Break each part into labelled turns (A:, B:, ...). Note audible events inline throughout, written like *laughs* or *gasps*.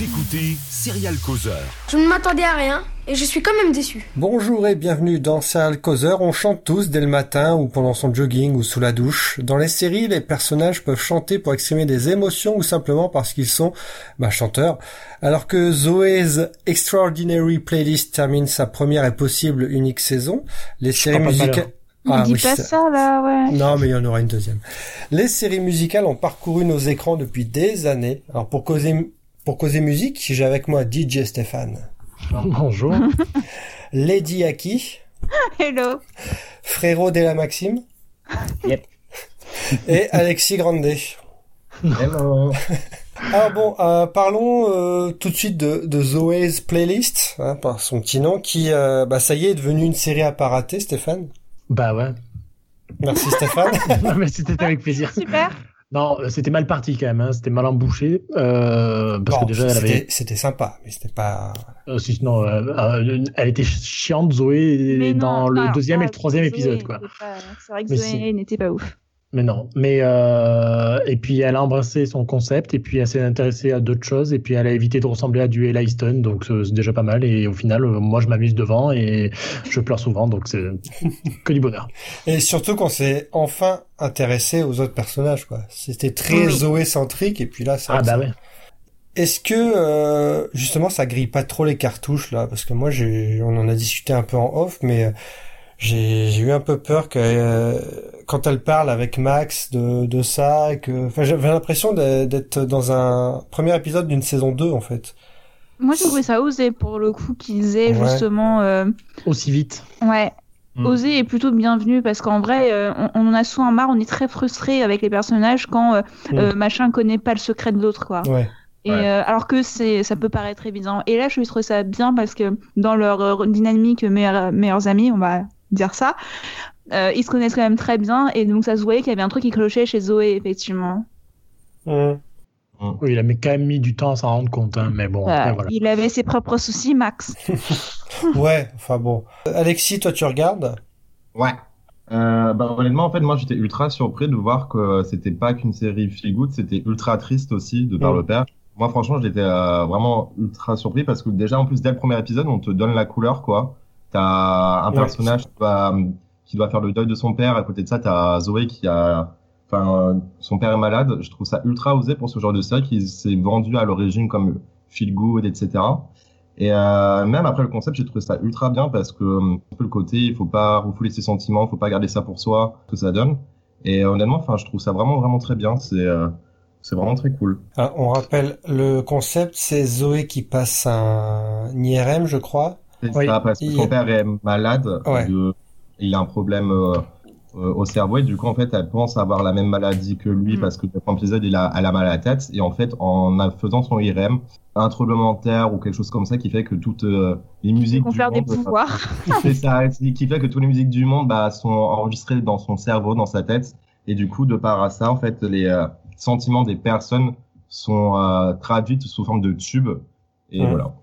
A: écoutez Serial Causeur.
B: Je ne m'attendais à rien et je suis quand même déçu.
C: Bonjour et bienvenue dans Serial Causeur. On chante tous dès le matin ou pendant son jogging ou sous la douche. Dans les séries, les personnages peuvent chanter pour exprimer des émotions ou simplement parce qu'ils sont bah, chanteurs. Alors que Zoé's Extraordinary Playlist termine sa première et possible unique saison, les séries
D: pas de
C: musicales...
E: On
C: Ah
E: dit
C: oui,
E: pas
C: c'est-
E: ça là, ouais.
C: Non, mais il y en aura une deuxième. Les séries musicales ont parcouru nos écrans depuis des années. Alors pour causer pour causer musique, j'ai avec moi DJ Stéphane,
D: Bonjour.
C: Lady Aki,
E: *laughs* Hello.
C: Frérot Della Maxime,
F: Yep.
C: *laughs* et Alexis Grande.
F: Hello.
C: Alors bon, euh, parlons euh, tout de suite de, de Zoé's Playlist, hein, par son petit nom, qui euh, bah ça y est, est devenue une série à pas rater, Stéphane.
D: *laughs* bah ouais.
C: Merci Stéphane.
D: Non, mais c'était avec plaisir.
E: Ah, Super.
D: Non, euh, c'était mal parti quand même. hein. C'était mal embouché. euh, *laughs* parce
C: Bon,
D: que déjà, elle
C: c'était
D: avait.
C: c'était sympa, mais c'était pas.
D: euh, si- non, euh, euh, elle était ch- chiante, Zoé,
E: Mais
D: dans
E: non,
D: le
E: alors,
D: deuxième et
E: ah,
D: le troisième
E: Zoé
D: épisode,
E: n'était
D: quoi.
E: pas- hein. C'est vrai que
D: Mais
E: Zoé
D: si.
E: n'était pas ouf.
D: Mais non. Mais euh, et puis elle a embrassé son concept et puis elle s'est intéressée à d'autres choses et puis elle a évité de ressembler à du Elaston donc euh, c'est déjà pas mal et au final euh, moi je m'amuse devant et je pleure souvent donc c'est que du bonheur.
C: Et surtout qu'on s'est enfin intéressé aux autres personnages, quoi. C'était très
E: Oui.
C: Zoé-centrique, et puis là, ça...
D: Ah bah ouais.
C: Est-ce que, euh, justement, ça grille pas trop les cartouches, là Parce que moi, j'ai, on en a discuté un peu en off, mais euh, j'ai, j'ai eu un peu peur que, euh, quand elle parle avec Max de, de ça, et que... Enfin, j'avais l'impression d'être d'être dans un premier épisode d'une saison 2, en fait.
E: Moi, j'ai trouvé ça osé pour le coup qu'ils aient
C: Ouais.
E: justement. euh,
D: Aussi vite.
E: Ouais.
F: Mm.
E: Oser est plutôt bienvenu parce qu'en vrai, euh, on, on en a souvent marre, on est très frustré avec les personnages quand euh,
C: Mm.
E: euh, machin connaît pas le secret de l'autre, quoi.
C: Ouais.
E: Et
F: Ouais.
E: euh, alors que c'est, ça peut paraître évident. Et là, je trouve ça bien parce que dans leur euh, dynamique meilleurs, meilleurs amis, on va dire ça, euh, ils se connaissent quand même très bien et donc ça se voyait qu'il y avait un truc qui clochait chez Zoé, effectivement.
F: Mmh.
C: Hum.
D: Oui, il a mis- quand même mis du temps à s'en rendre compte hein, mais bon
E: Euh,
D: après, voilà.
E: Il avait ses propres soucis, Max.
C: Ouais, enfin bon. Euh, Alexis, toi, tu regardes
F: Ouais. Euh, bah, honnêtement, en fait, moi, j'étais ultra surpris de voir que c'était pas qu'une série feel good, c'était ultra triste aussi de par
C: Mm.
F: le père. Moi, franchement, j'étais euh, vraiment ultra surpris parce que déjà, en plus, dès le premier épisode, on te donne la couleur, quoi. T'as un
C: Ouais.
F: personnage qui doit, qui doit faire le deuil de son père. À côté de ça, t'as Zoé qui a, enfin, euh, son père est malade. Je trouve ça ultra osé pour ce genre de série qui s'est vendu à l'origine comme feel good, etc. Et euh, même après le concept, j'ai trouvé ça ultra bien parce que euh, un peu le côté, il faut pas refouler ses sentiments, faut pas garder ça pour soi, ce que ça donne. Et euh, honnêtement, enfin, je trouve ça vraiment vraiment très bien. C'est euh, c'est vraiment très cool.
C: Ah, on rappelle le concept, c'est Zoé qui passe un IRM, je crois.
F: C'est
C: Oui.
F: ça parce que son
C: Il-
F: père est malade,
C: Ouais.
F: de- il a un problème euh, euh, au cerveau et du coup en fait, elle pense avoir la même maladie que lui
E: Mm.
F: parce que le premier épisode, il a, elle a mal à la tête et en fait, en a- faisant son IRM, un tremblement de terre ou quelque chose comme ça qui fait que toutes euh, les musiques
E: On
F: du
E: perd des
F: monde, euh,
E: pouvoirs.
F: C'est ça, qui qui fait que toutes les musiques du monde bah, sont enregistrées dans son cerveau, dans sa tête. Et du coup, de par à ça, en fait, les euh, sentiments des personnes sont euh, traduits sous forme de tubes. Et
C: Ouais.
F: voilà.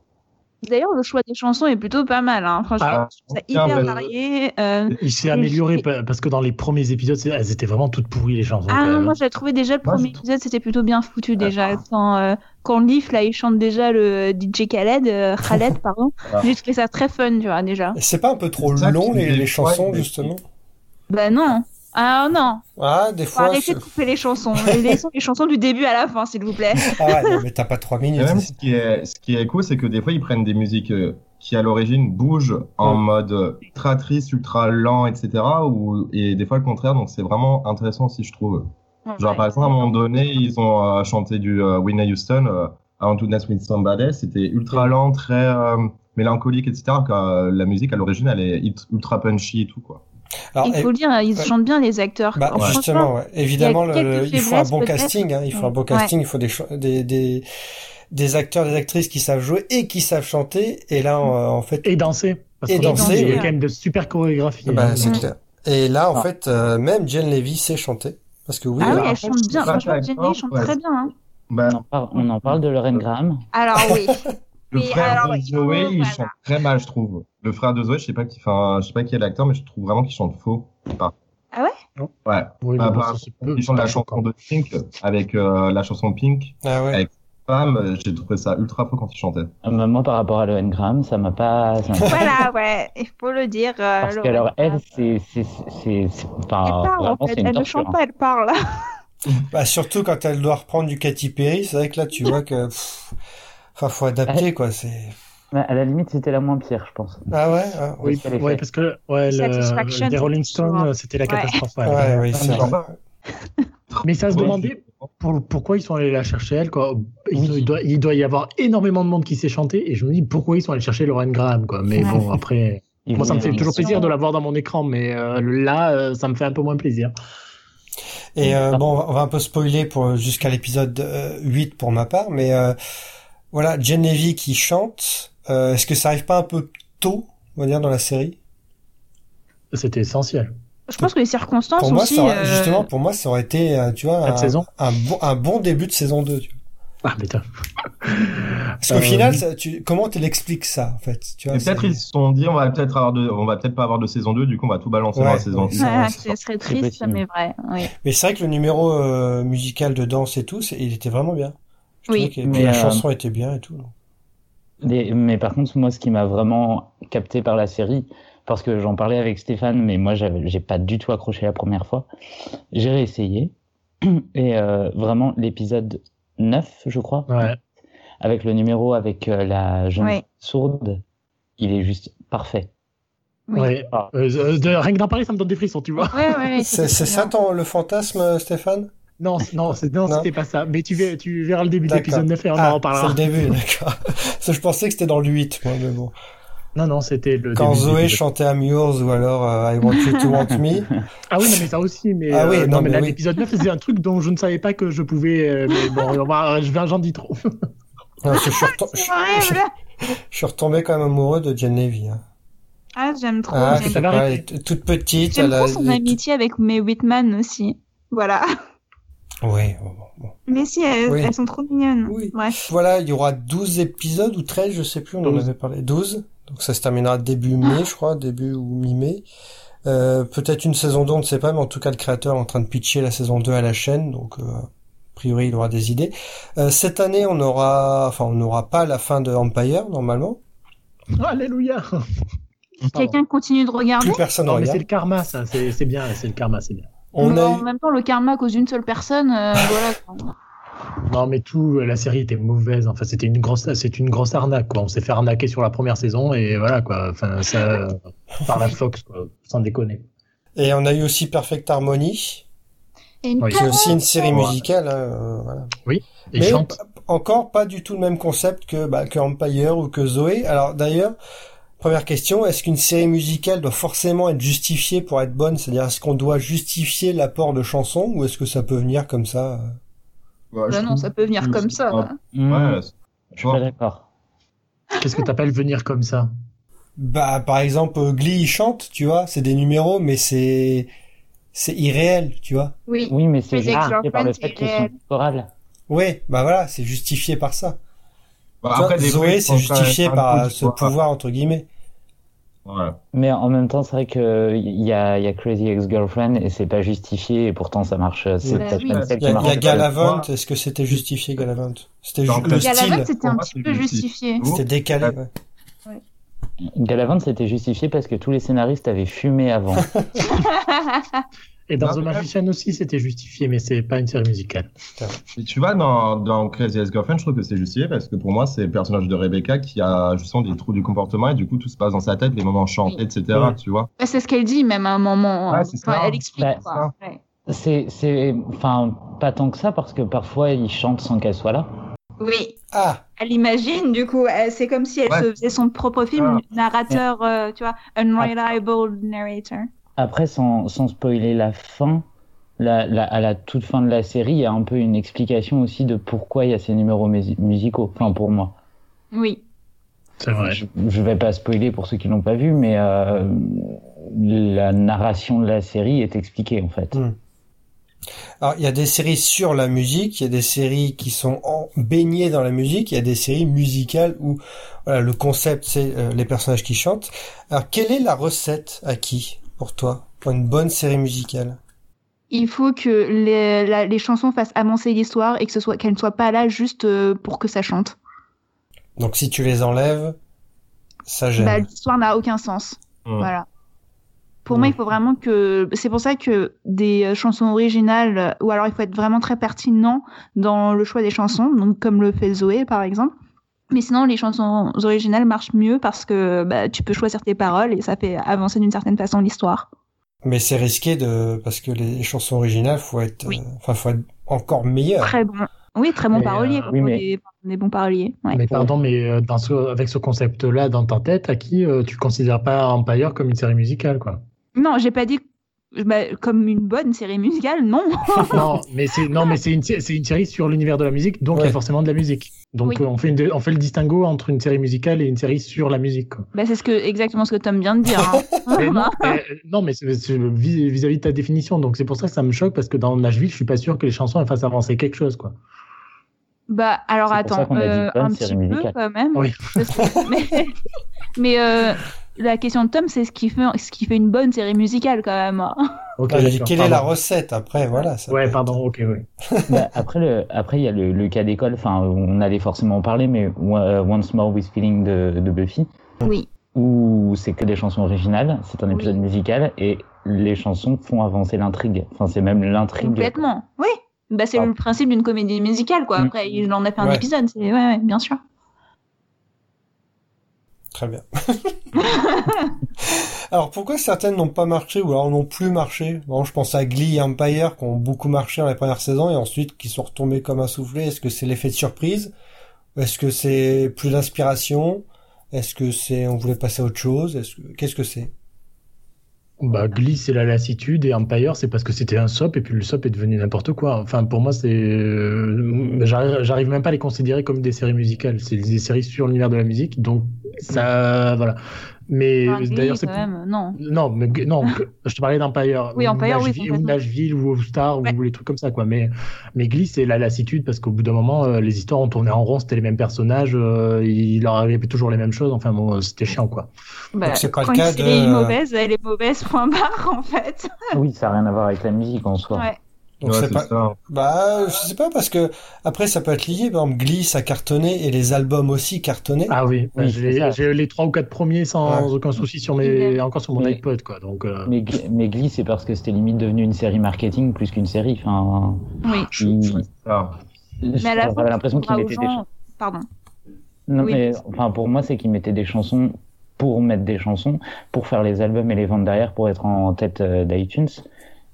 E: D'ailleurs, le choix des chansons est plutôt pas mal, hein. franchement.
D: Ah,
E: je trouve ça
F: tiens,
E: hyper
F: bah,
E: varié. euh,
D: Il s'est amélioré pa- parce que dans les premiers épisodes c'est- elles étaient vraiment toutes pourries les chansons. quand
E: Ah,
D: même. hein.
E: moi j'avais trouvé déjà le
F: Moi,
E: premier
F: je trouve-
E: épisode, c'était plutôt bien foutu déjà.
F: Ah.
E: Quand, euh, quand Leaf là il chante déjà le DJ Khaled, euh,
F: *laughs*
E: Khaled pardon,
F: Ah.
E: j'ai trouvé ça très fun tu vois déjà.
C: C'est pas un peu trop
F: C'est ça
C: long
F: qui
C: les,
F: me
C: les
F: déçoit,
C: chansons
F: mais-
C: justement
E: Bah non, ah non,
C: Ah, des
E: faut
C: fois.
E: arrêter
C: c'est-
E: de couper les chansons, laissons les chansons du début à la fin s'il vous plaît.
C: Ah ouais, non, mais t'as pas trois
F: Et
C: minutes.
F: même ce qui est, ce qui est cool, c'est que des fois, ils prennent des musiques euh, qui, à l'origine, bougent en
C: Ouais.
F: mode euh, ultra triste, ultra lent, etc. Ou, et des fois, le contraire. Donc, c'est vraiment intéressant aussi, je trouve. *laughs* Genre,
E: Ouais.
F: par exemple, à un moment donné, ils ont euh, chanté du euh, Whitney Houston, euh, I Want to Dance with Somebody. C'était ultra lent, très euh, mélancolique, etc. Quand, euh, la musique, à l'origine, elle est hit- ultra punchy et tout, quoi.
C: Alors,
E: il
C: eh,
E: faut le dire, hein, ils
C: ouais.
E: chantent bien les acteurs. ah
C: bah,
E: quoi.
C: justement, ouais. évidemment, le-
E: quelques
C: le- il faut un
E: faiblesses,
C: bon
E: peut-être.
C: casting. hein, il faut un bon
E: Ouais.
C: casting. Il faut des, cho- des des des acteurs, des actrices qui savent jouer et qui savent chanter. Et là, en, en
E: Ah
C: fait,
D: Et danser parce
C: Et
D: que dans
C: danser,
D: le film, il y a
E: ouais.
D: quand même de super chorégraphies.
C: bah,
D: hein.
C: c'est
E: Mm.
C: clair. Et là, en
D: Ah.
C: fait, euh, même Jen Levy sait chanter parce que oui, euh,
E: Ah
C: elle-
E: oui,
F: alors,
E: elle chante bien,
F: c'est
E: franchement
F: pas
E: Jenny
F: d'accord,
E: chante
F: ouais.
E: très bien. hein.
F: Bah,
G: On en parle, on en parle de Lauren Graham.
E: Alors
C: *laughs*
E: oui,
F: le
E: Oui,
F: frère
E: alors,
F: de Zoé, il
E: voilà.
F: chante très mal, je trouve. Le frère de Zoé, je sais pas qui, enfin, je sais pas qui est l'acteur, mais je trouve vraiment qu'il chante faux. Par-
E: Ah ouais
F: Ouais.
D: Oui,
F: Bah,
D: mais bon,
F: bah,
D: ça, c'est peu-
F: Il chante
D: pas
F: la
D: choquant.
F: chanson de Pink avec euh, la chanson Pink.
C: ah ouais.
F: Avec femme, euh, j'ai trouvé ça ultra faux quand il chantait.
G: Euh, Moi, par rapport à Lauren Graham, ça m'a pas. ça m'a-
E: voilà, ouais, il faut le dire.
C: *laughs*
E: euh,
G: Parce
E: Laurent.
G: que alors, elle,
E: elle
G: c'est. c'est- c'est- c'est- Enfin,
E: parle en
G: vraiment,
E: fait,
G: c'est
E: elle
G: une
E: ne
G: torture.
E: chante pas, elle parle.
C: Bah, surtout quand elle doit reprendre du Katy Perry, c'est vrai que là, tu vois que, pff, enfin, faut adapter, quoi, c'est...
G: hein. Mais à la limite, c'était la moins pire, je pense.
C: Ah ouais? Ah,
G: Oui,
D: Oui,
G: c'est l'effet.
D: ouais, parce que ouais,
E: Satisfaction,
D: le, les Rolling
E: c'était souvent.
D: Stones, c'était la
E: Ouais.
D: catastrophe. ouais.
C: ouais, oui, c'est
F: Genre,
C: vrai.
D: Mais ça se
F: Ouais,
D: demandait pour- pourquoi ils sont allés la chercher, elle. Quoi. Il,
G: Oui.
D: doit- il doit, il doit y avoir énormément de monde qui sait chanter, et je me dis pourquoi ils sont allés chercher Lauren Graham. Quoi. Mais
E: Ouais.
D: bon, après,
G: Il
D: moi, ça me
G: voulait
D: fait
G: un-
D: toujours
E: émission.
D: plaisir de la voir dans mon écran, mais euh, là, euh, ça me fait un peu moins plaisir.
C: Et euh, bon, on va- on va un peu spoiler pour jusqu'à l'épisode euh, 8 pour ma part, mais euh, voilà, Jen Levy qui chante, euh, est-ce que ça arrive pas un peu tôt, on va dire, dans la série?
D: C'était essentiel.
E: Je pense que les circonstances
C: Pour moi,
E: aussi.
C: ça aurait-
E: euh,
C: justement, pour moi, ça aurait été, euh, tu vois,
D: Cette
C: un,
D: saison
C: un bon, un bon début de saison 2. tu vois.
D: Ah, putain.
C: Parce qu'au
D: Euh,
C: final,
D: oui.
C: ça, tu, comment tu l'expliques ça, en fait? Tu vois,
F: Et peut-être
C: c'est-
F: ils se sont dit on va peut-être avoir de, on va peut-être pas avoir de saison 2, du coup on va tout balancer dans
C: Ouais.
F: la saison
C: Ouais.
E: ouais,
C: c'est-
E: ce serait
G: c'est
E: triste,
G: possible.
E: mais vrai.
C: *laughs*
E: Oui.
C: Mais c'est vrai que le numéro euh, musical de danse et tout, c'est- il était vraiment bien. Je
E: Oui.
C: trouvais que-
G: Mais,
C: puis la
G: euh,
C: chanson était bien et tout. donc.
G: Des- mais par contre, moi, ce qui m'a vraiment capté par la série, parce que j'en parlais avec Stéphane, mais moi, j'avais- j'ai pas du tout accroché la première fois. J'ai réessayé. *clears throat* Et euh, vraiment, l'épisode 9, je crois,
D: Ouais.
G: avec le numéro avec euh, la jeune
E: Ouais.
G: sourde, il est juste parfait.
E: Oui.
D: ouais.
G: Ah.
D: Euh, euh, de- rien que d'en parler, ça me donne des frissons, tu vois.
E: Ouais, ouais, ouais,
C: C'est c'est
E: bien.
C: ça ton, le fantasme, euh, Stéphane?
D: Non, c'est- non, c'est- non,
C: Non.
D: c'était pas ça. Mais tu, ver- tu verras le début de
C: D'accord.
D: l'épisode 9 et on
C: Ah,
D: en
C: c'est le
D: reparlera.
C: début, *laughs* d'accord. Ça, Je pensais que c'était dans le 8, moi, mais bon.
D: Non, non, c'était le
C: Quand
D: début de
C: Zoé
D: l'épisode.
C: chantait I'm Yours ou alors euh, I Want You to Want
D: *laughs*
C: Me.
D: Ah oui, non, mais ça aussi, mais,
C: Ah oui,
D: euh,
C: non,
D: non, mais,
C: mais
D: là,
C: oui.
D: l'épisode 9, c'est un truc dont je ne savais pas que je pouvais. euh, mais bon, on va- je vais, j'en dis trop. *laughs*
C: Non, parce que je, suis retom-
E: C'est horrible.
C: je suis retombé quand même amoureux de Jen Levy. hein.
E: Ah, j'aime trop.
C: Ah,
D: Jen
C: je
E: j'aime
C: sais
D: Levy.
C: pas, elle est t- toute petite.
E: j'aime
C: Elle a,
E: trop son
C: elle est
E: amitié avec Mae Whitman aussi. Voilà. *laughs*
C: tout- Oui, bon, bon, bon.
E: Mais si, elles,
C: Oui.
E: elles sont trop mignonnes.
C: Oui.
E: Bref.
C: Voilà, il y aura 12 épisodes ou 13, je sais plus, on en
D: 12.
C: avait parlé. 12. Donc ça se terminera début mai, je crois, début ou mi-mai. Euh, peut-être une saison 2, on ne sait pas, mais en tout cas le créateur est en train de pitcher la saison 2 à la chaîne, donc euh, a priori il aura des idées. Euh, cette année, on aura, enfin on n'aura pas la fin de Empire normalement.
D: Alléluia
E: Quelqu'un continue de regarder
C: Plus personne
D: Non, mais
C: regarde.
D: c'est le karma, ça. C'est c'est bien, c'est le karma, c'est bien.
C: On
E: Mais
C: a
E: En
C: eu-
E: même temps, le karma à cause d'une seule personne,
F: *laughs*
E: euh, voilà.
D: Non, mais tout, euh, la série était mauvaise. Enfin, c'était une grosse, c'est une grosse arnaque, quoi. On s'est fait arnaquer sur la première saison et voilà, quoi. Enfin, ça, euh, par la Fox, quoi. Sans déconner.
C: Et on a eu aussi Perfect Harmony,
E: Et une
D: Oui.
C: qui est aussi une série
D: Ouais.
C: musicale. hein, euh, voilà.
D: Et
C: Mais-
D: chante.
C: Encore pas du tout le même concept que, bah, que Empire ou que Zoé. Alors d'ailleurs, première question, est-ce qu'une série musicale doit forcément être justifiée pour être bonne C'est-à-dire, est-ce qu'on doit justifier l'apport de chansons ou est-ce que ça peut venir comme ça euh
F: Ouais, je
E: Bah non,
F: trouve-
E: ça peut venir comme ça.
F: Ah,
G: Hmm,
F: Ouais, c'est- bah,
G: je suis pas d'accord.
D: Qu'est-ce que t'appelles venir comme ça
C: Bah, par exemple, euh, Glee, il chante, tu vois, c'est des numéros, mais c'est c'est irréel, tu vois.
E: Oui.
G: Oui, mais c'est
E: Mais Zac
G: justifié
E: Efron,
G: par le
E: c'est
G: fait qu'ils sont
E: réel.
G: chorales.
C: Ouais, bah voilà, c'est justifié par ça.
F: Bah,
C: Tu vois,
F: des fois,
C: Zoé, c'est
F: ils sont quand même
C: justifié
F: un peu
C: par euh,
F: du
C: ce
F: poids.
C: pouvoir entre guillemets.
F: Ouais.
G: Mais en même temps, c'est vrai que il y a, il y a Crazy Ex-Girlfriend et c'est pas justifié et pourtant ça marche. C'est
E: Bah
G: peut-être
E: oui.
G: même celle
C: Il y a,
G: qui marche.
C: il y a
F: pas
C: Galavant.
F: le poids.
C: Est-ce que c'était justifié Galavant C'était
F: Dans
C: ju- le
F: Galavant,
E: Galavant,
C: style.
E: c'était un
F: Pour moi,
E: petit
F: c'est
E: peu
F: justifié.
E: justifié. *laughs*
C: C'était décalé. ouais.
G: Galavant, c'était justifié parce que tous les scénaristes avaient
C: *laughs*
G: fumé avant.
E: Bah,
D: Et dans
F: Non,
D: The
F: mais-
D: Magician aussi, c'était justifié, mais c'est pas une série musicale.
F: Et tu vois, dans, dans Crazy Ex-Girlfriend, je trouve que c'est justifié parce que pour moi, c'est le personnage de Rebecca qui a justement des trous du comportement et du coup, tout se passe dans sa tête, les moments chantés, etc.
D: Ouais.
F: Tu vois
E: Bah, c'est ce qu'elle dit même à un moment.
F: Ouais,
E: hein.
F: c'est
E: Enfin,
F: ça.
E: elle explique.
G: Ouais,
E: quoi. Ouais.
G: C'est, c'est, enfin, pas tant que ça parce que parfois ils chantent sans qu'elle soit là.
E: Oui.
C: Ah,
E: Elle imagine, du coup, elle- c'est comme si elle
F: Ouais. Ah.
E: se faisait son propre film, narrateur, euh, tu vois, unreliable narrator.
G: Après, sans, sans spoiler la fin, la, la- à la toute fin de la série, il y a un peu une explication aussi de pourquoi il y a ces numéros musi- musicaux. Enfin, pour moi.
E: Oui.
D: C'est vrai.
G: Je, je vais pas spoiler pour ceux qui l'ont pas vu, mais euh, la narration de la série est expliquée en fait.
E: Mm.
C: alors il y a des séries sur la musique, il y a des séries qui sont en- baignées dans la musique, il y a des séries musicales où voilà, le concept c'est euh, les personnages qui chantent. Alors quelle est la recette à qui pour toi pour une bonne série musicale
E: il faut que les, la- les chansons fassent avancer l'histoire et que ce soit qu'elles ne soient pas là juste euh, pour que ça chante.
C: Donc si tu les enlèves, ça gêne.
E: Bah, l'histoire n'a aucun sens.
F: Hmm.
E: Voilà. Pour
C: Hmm.
E: moi, il faut vraiment que. C'est pour ça que des euh, chansons originales, euh, ou alors il faut être vraiment très pertinent dans le choix des chansons, donc comme le fait Zoé par exemple. Mais sinon, les chansons originales marchent mieux parce que bah, tu peux choisir tes paroles et ça fait avancer d'une certaine façon l'histoire.
C: Mais c'est risqué de parce que les chansons originales, faut être,
E: Oui.
C: euh, enfin, faut être encore meilleur.
E: Très bon. Oui, très bon
D: Mais,
E: parolier.
D: euh,
E: quoi.
G: oui,
E: On
G: mais-
E: est- on est bon parolier. Ouais.
D: Mais pardon, mais euh, dans ce- avec ce concept-là dans ta tête, à qui euh, tu considères pas Empire comme une série musicale, quoi
E: Non, j'ai pas dit bah, comme une bonne série musicale, non.
D: Non, mais c'est non, mais c'est une, sé- c'est une série sur l'univers de la musique, donc il y
C: Ouais.
D: a forcément de la musique. Donc
E: Oui.
D: euh, on fait une dé- on fait le distinguo entre une série musicale et une série sur la musique. quoi.
E: Bah, c'est ce que exactement ce que Tom vient de dire.
G: *laughs*
E: hein.
D: Mais non,
E: Voilà.
D: mais, euh, non, mais c'est- c'est vis- vis-à-vis de ta définition, donc c'est pour ça que ça me choque parce que dans Nashville, je suis pas sûr que les chansons elles fassent avancer quelque chose, quoi.
E: Bah alors
G: C'est pour ça
E: attends,
G: qu'on a dit
E: euh,
G: bonne
E: un
G: série
E: petit
G: musicale.
E: peu quand même.
D: Oui.
E: Parce que- *laughs* mais mais, euh, la question de Tom, c'est ce qui fait ce qui fait une bonne série musicale quand même. hein.
D: Ok.
C: Ah, j'ai dit,
D: d'accord,
C: quelle est
D: pardon.
C: la recette après Voilà. ça peut
D: Ouais,
C: être-
D: pardon. Ok, ouais.
G: Bah, après, le, après, il y a le, le cas d'école. Enfin, on allait forcément en parler, mais euh, Once More with Feeling de, de Buffy,
E: Oui.
G: où c'est que des chansons originales. C'est un
E: Oui.
G: épisode musical et les chansons font avancer l'intrigue. Enfin, c'est même l'intrigue.
E: Complètement. Oui. Bah c'est
G: Ah.
E: le principe d'une comédie musicale quoi.
G: Mm.
E: Après il en a fait un
C: Ouais.
E: épisode. C'est ouais, ouais bien sûr.
C: Très bien. *laughs* alors pourquoi certaines n'ont pas marché ou alors n'ont plus marché Bon, je pense à Glee et Empire qui ont beaucoup marché dans les premières saisons et ensuite qui sont retombés comme un soufflé. Est-ce que c'est l'effet de surprise Est-ce que c'est plus d'inspiration Est-ce que c'est on voulait passer à autre chose Est-ce que qu'est-ce que c'est
D: Bah, Glee, c'est la lassitude et Empire, c'est parce que c'était un SOP et puis le SOP est devenu n'importe quoi. Enfin, pour moi, c'est. euh, J'arrive j'arrive même pas à les considérer comme des séries musicales. C'est des séries sur l'univers de la musique, donc ça. Voilà. Mais
E: Enfin, Glee,
D: d'ailleurs, c'est.
E: quand même non.
D: Non, mais, Glee-
E: *laughs*
D: non, je te parlais d'Empire.
E: Oui, Empire, oui,
D: Nashville, ou
E: complètement.
D: Nashville ou All Star
E: Ouais.
D: ou les trucs comme ça, quoi. Mais, mais Glee, c'est la lassitude parce qu'au bout d'un moment, euh, les histoires ont tourné en rond, c'était les mêmes personnages, euh, il leur arrivait toujours les mêmes choses. Enfin, bon, euh, c'était chiant, quoi.
E: Bah,
C: c'est pas le
E: quand
C: cas
E: une série est
C: de-
E: mauvaise, elle est mauvaise point barre en fait.
G: Ah Oui, ça n'a rien à voir avec la musique en soi.
E: Ouais.
C: Donc
F: Ouais,
C: c'est
F: c'est
C: pas-
F: ça.
C: Bah, je sais pas parce que après ça peut être lié. Par exemple, Glee ça cartonnait et les albums aussi cartonnaient.
D: Ah oui,
G: Oui, c'est ça.
D: j'ai j'ai les trois ou quatre premiers sans aucun souci sur mes, encore sur mon
G: Mais-
D: iPod quoi. Donc euh,
G: Mais, Glee- mais Glee, c'est parce que c'était limite devenu une série marketing plus qu'une série. Enfin,
E: Oui.
D: je-
G: il-
D: je-
F: Ah.
E: Mais à la fin,
G: j'avais l'impression
E: faudra
G: qu'il
E: aux
G: mettait des
E: gens-
G: chansons.
E: Pardon.
G: Non,
E: Oui.
G: mais enfin, pour moi, c'est qu'il mettait des chansons pour mettre des chansons, pour faire les albums et les vendre derrière, pour être en tête euh, d'iTunes.